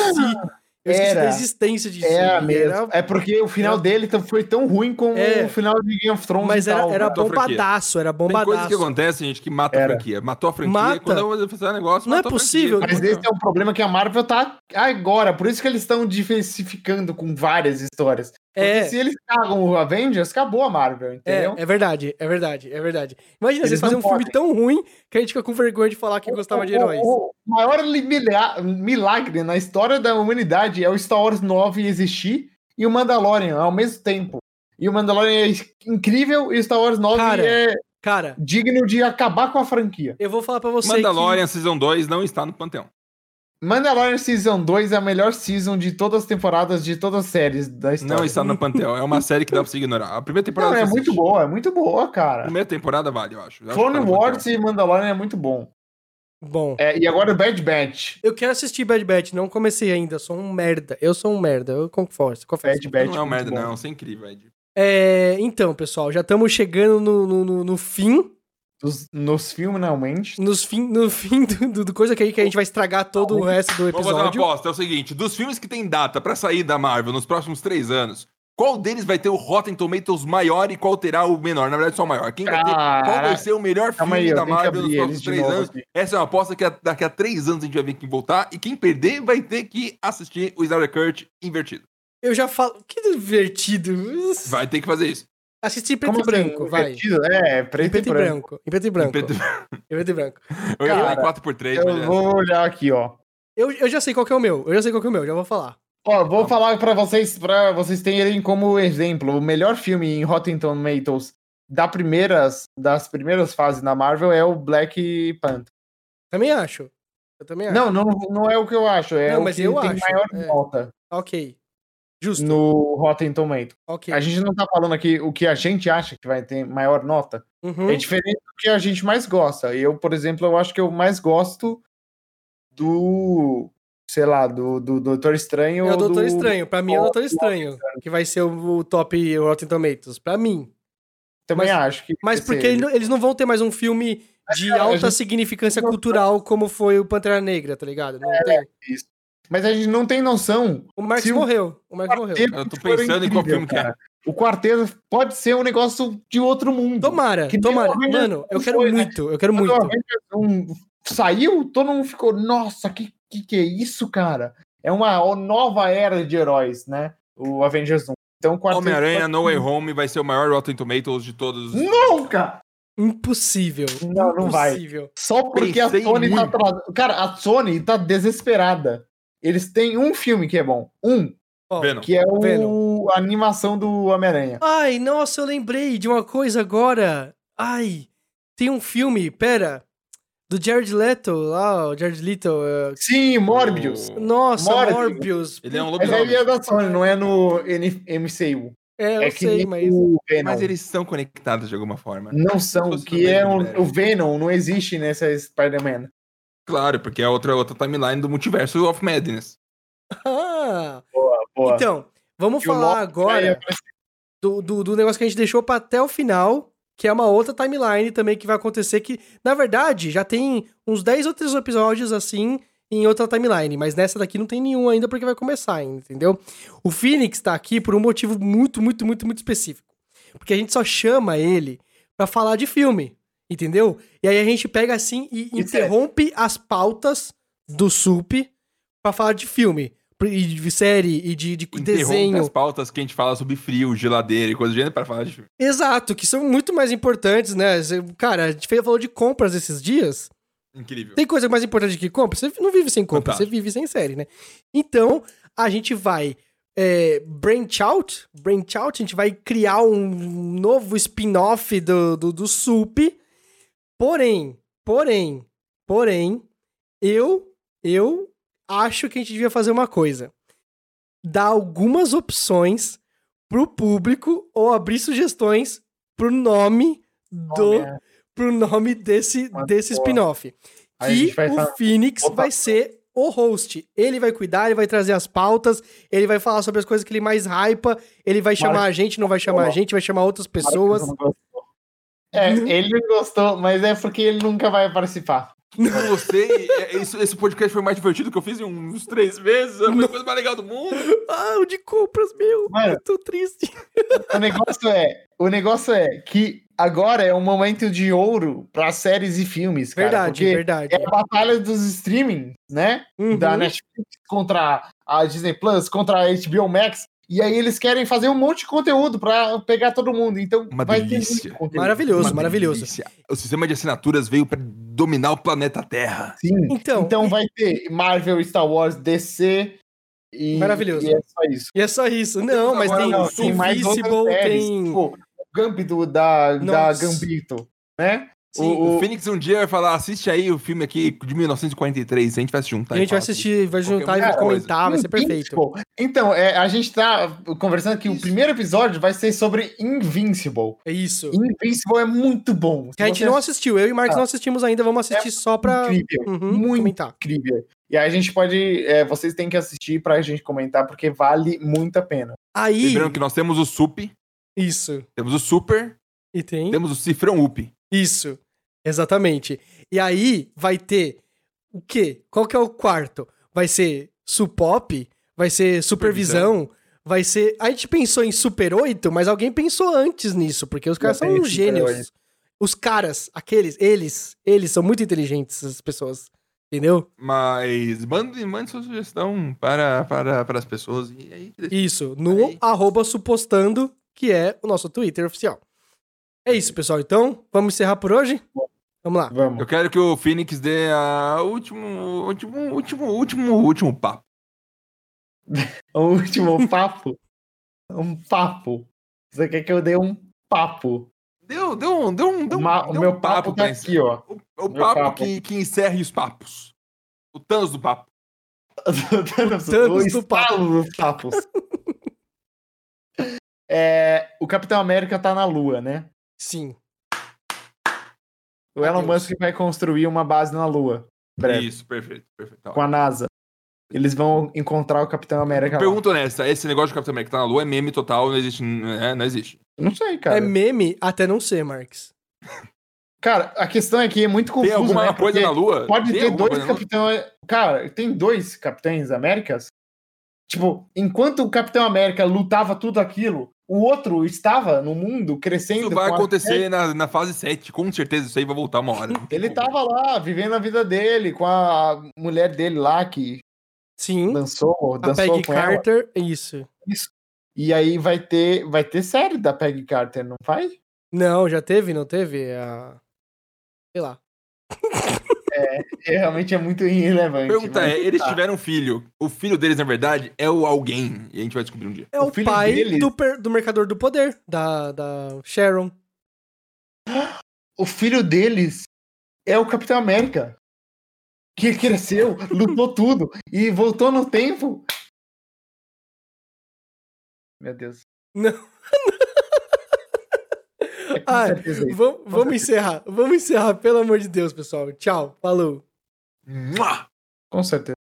eu esqueci da era. existência disso. É, E mesmo. era- É porque o final era- dele tam- foi tão ruim como É. o final de Game of Thrones. mas e era, um tal, né? era cara. matou a franquia. bombadaço, era Tem bombadaço. coisas que acontecem, gente, que matam a Era. franquia. Matou a franquia. Mata. Quando eu fazer um negócio, Não é matou a possível. franquia. Mas esse é um problema que a Marvel tá agora. Por isso que eles estão diversificando com várias histórias. Porque É. se eles cagam o Avengers, acabou a Marvel, É, entendeu? é verdade, é verdade, é verdade. Imagina Eles vocês fazerem um não filme tão ruim que a gente fica com vergonha de falar que gostava de O- o- heróis. O maior li- milha- milagre na história da humanidade é o Star Wars 9 existir e o Mandalorian ao mesmo tempo. E o Mandalorian é incrível e o Star Wars 9 Cara. é Cara, digno de acabar com a franquia. eu vou falar pra você Mandalorian Season 2 não está no Panteão. Mandalorian Season 2 é a melhor season de todas as temporadas, de todas as séries da história. Não está no Panteão. (laughs) É uma série que dá pra se ignorar. A primeira temporada... Não, é você muito assiste. boa, é muito boa, A cara. primeira temporada vale, eu acho. Eu acho Clone que tá no Wars Panteão. e Mandalorian é muito bom. que... Bom, É, e agora o Bad Batch. eu quero assistir Bad Batch, não comecei ainda, sou um merda. Eu sou um merda, eu confesso, confesso. Bad Batch. Não é uma muito merda, bom. não. Você é incrível, Ed. É, então, pessoal, já estamos chegando no, no, no- no fim, Nos, nos filmes, realmente. nos fim, no fim do, do- do coisa que, que a gente vai estragar todo o resto do Vamos fazer uma episódio. aposta. É o seguinte: dos filmes que tem data pra sair da Marvel nos próximos três anos, qual deles vai ter o Rotten Tomatoes maior e qual terá o menor? Na verdade, só o maior. Quem vai ter? Qual vai Cara, ser o melhor filme calma aí, eu da tenho que Marvel nos abrir próximos eles de três novo anos? aqui. Essa é uma aposta que a- daqui a três anos a gente vai ver quem voltar e quem perder vai ter que assistir o Snyder Cut invertido. Eu já falo, que divertido. Vai ter que fazer isso. Assistir em preto Como e branco, assim? vai. Repetido? É, Em preto, preto e branco. branco, em preto e branco, Preto- em preto e branco. Eu ia falar Cara, 4x3, mas é. Eu vou olhar aqui, ó. Eu, eu já sei qual que é o meu. Eu já sei qual que é o meu, já vou falar. Ó, vou Tá. falar pra vocês, para vocês terem como exemplo, o melhor filme em Rotten Tomatoes da primeiras, das primeiras fases na Marvel é o Black Panther. Também acho. Eu também acho. Não, não, não é o que eu acho, é Não, o mas que eu tem acho, maior é. nota Ok. Justo. no Rotten Tomatoes. Ok. A gente não tá falando aqui o que a gente acha que vai ter maior nota. Uhum. É diferente do que a gente mais gosta. Eu, por exemplo, eu acho que eu mais gosto do, sei lá, do, do Doutor Estranho. É o ou Doutor do- Estranho. Pra mim é o do- Doutor Estranho. Que vai ser o, o top Rotten Tomatoes. Pra mim. Também Mas- acho que. Mas vai porque ser. ele não- eles não vão ter mais um filme de cara, É, a alta gente- significância cultural como foi o Pantera Negra, tá ligado? Não tem. isso. Mas a gente não tem noção. O Marx É, Se o- morreu. O Marx morreu. Quarteto Eu tô foi pensando em qual incrível, filme que é. cara. O quarteto pode ser um negócio de outro mundo. Tomara, Que nem tomara. o Avengers Mano, eu quero foi, né? muito, eu quero Quando muito. o Avengers um- saiu, todo mundo ficou, nossa, que, que que é isso, cara? É uma o- nova era de heróis, né? O Avengers 1. Então, o quarteto Homem-Aranha pode- No Way Home vai ser o maior Rotten Tomatoes de todos. os- Nunca! Impossível. Não, não vai. Impossível. Só porque a Pensei Sony tá muito. atrasada. Cara, a Sony tá desesperada. Eles têm um filme que é bom. Um, Ó, Venom. que é o Venom. a animação do Homem-Aranha. Ai, nossa, eu lembrei de uma coisa agora. Ai, tem um filme, pera, do Jared Leto, lá, o Jared Leto. é, Sim, Morbius. O- Nossa, Morbius. Morbius. Ele é um Mas aí lobisomem. é da Sony, não é no N- MCU. É, eu é que sei, nem (laughs) mas... (laughs) é o Venom. Mas eles são conectados de alguma forma. Não Tá são, Todos que no é mesmo um, universo. o Venom, não existe nessa Spider-Man. Claro, porque é outra, outra timeline do multiverso of Madness. Ah, Boa. então, vamos E o falar Loki Aí agora aparece- do, do, do negócio que a gente deixou pra até o final, que é uma outra timeline também que vai acontecer, que, na verdade, já tem uns 10 outros episódios assim em outra timeline, mas nessa daqui não tem nenhum ainda porque vai começar ainda, entendeu? O Phoenix tá aqui por um motivo muito, muito, muito, muito específico. Porque a gente só chama ele pra falar de filme, entendeu? E aí a gente pega assim e E série. interrompe as pautas do SUP pra falar de filme, e de série e de, de Interrompe as desenho. pautas que a gente fala sobre frio, geladeira e coisa do gênero para falar de filme. Exato, que são muito mais importantes, né? Cê- Cara, a gente fez- falou de compras esses dias. Incrível. Tem coisa mais importante que compra? Você não vive sem compra, Fantástico. você vive sem série, né? Então, a gente vai é, branch out, branch out, a gente vai criar um novo spin-off do, do, do SUP. Porém, porém, porém, eu, eu acho que a gente devia fazer uma coisa. Dar algumas opções pro público ou abrir sugestões pro nome do Homem, né? pro nome desse, Mas, desse pô, spin-off. aí a Que gente vai o falar- Phoenix Opa. vai ser o host. Ele vai cuidar, ele vai trazer as pautas, ele vai falar sobre as coisas que ele mais hypa, ele vai chamar a gente, não vai chamar a Ó. gente, vai chamar outras pessoas. Uhum. É, ele gostou, mas é porque ele nunca vai participar. Eu gostei. é- é isso- Esse podcast foi mais divertido que eu fiz em uns três meses. Foi a coisa mais legal do mundo. Ah, o de compras, meu, Mano. eu tô triste. O negócio é, o negócio é que agora é um momento de ouro para séries e filmes, cara, Verdade, porque verdade. é a batalha dos streaming, né? Uhum. da Netflix contra a Disney Plus, contra a HBO Max. E aí eles querem fazer um monte de conteúdo pra pegar todo mundo. Então Uma vai ter delícia. muito conteúdo. Maravilhoso, Uma maravilhoso. delícia. O sistema de assinaturas veio para dominar o planeta Terra. Sim. Então, Então vai ter Marvel, Star Wars, DC e Maravilhoso. E é só isso. e é só isso. Não, mas Agora tem, não, tem Invisible, tem... Tipo, o Gambit do- da, da Nossa. Gambito, né? Sim, O, o- Phoenix um dia vai falar: assiste aí o filme aqui de 1943, a gente vai um, tá?" se juntar. Tá, a e gente então, vai falar assistir, vai Qualquer juntar e vai outra coisa. comentar, Ah, vai ser perfeito. Invincible. Hum, Então, é, a gente tá conversando que o primeiro episódio vai ser sobre Invincible. É isso. Invincible é muito bom. Que a gente não assistiu, eu e o Marcos Ah. não assistimos ainda, vamos assistir só pra É incrível. uhum, Muito comentar. incrível. E aí a gente pode. é, vocês têm que assistir pra gente comentar, porque vale muito a pena. Aí, Lembrando que nós temos o SUP, isso. temos o Super, E tem temos o Cifrão UP. isso. Exatamente. E aí vai ter o quê? Qual que é o quarto? Vai ser supop, vai ser supervisão, vai ser... A gente pensou em Super 8, mas alguém pensou antes nisso, porque os caras são tem uns Super gênios. 8. Os caras, aqueles, eles, eles são muito inteligentes, essas pessoas. Entendeu? Mas mande, mande sua sugestão para, para, para as pessoas. E aí, Isso, no Aí. arroba supostando, que é o nosso Twitter oficial. É isso, pessoal. Então, vamos encerrar por hoje? Vamos lá. Vamos. eu quero que o Phoenix dê a último, último, último, último, último papo. O último papo. um papo. Você quer que eu dê um papo? Deu, deu, um- deu, um- deu, um- Ma- deu o meu um papo, tá pra aqui, ó. (laughs) O, o Meu papo, papo. Que, que encerre os papos. O Thanos do papo. Thanos, Thanos o do papo. estalo dos (laughs) papos. É, o Capitão América tá na Lua, né? Sim. O Elon Adeus. Musk vai construir uma base na Lua. Breve. Isso, perfeito, perfeito. Tá Com a NASA. Eles vão encontrar o Capitão América. lá. Pergunta honesta, esse negócio do Capitão América tá na lua é meme total, não existe. é, não existe. Não sei, cara. É meme até não ser, Marx. Cara, a questão é que é muito confuso, Tem alguma né? coisa Porque na Lua? Pode Tem ter alguma dois coisa na Lua? capitães. Cara, tem dois capitães Américas. Tipo, enquanto o Capitão América lutava tudo aquilo, o outro estava no mundo crescendo. Isso vai com a- acontecer na, na fase 7, com certeza isso aí vai voltar uma hora. Ele tá tava lá, vivendo a vida dele, com a mulher dele lá que Sim. dançou, A dançou Peggy com ela. Carter, isso. E aí vai ter, vai ter série da Peggy Carter, não vai? Não, já teve, não teve? A... Sei lá. É, realmente é muito irrelevante. Pergunta mas- é, eles tá. tiveram um filho. O filho deles, na verdade, é o alguém. E a gente vai descobrir um dia. É O o, filho pai dele- do, per- do Mercador do Poder, da, da Sharon. O filho deles é o Capitão América. Que cresceu, lutou tudo e voltou no tempo. Meu Deus. Não. É com Ai, certeza isso. Vam- (laughs) vamos encerrar. Vamos encerrar, pelo amor de Deus, pessoal. Tchau, falou. Mua! Com certeza.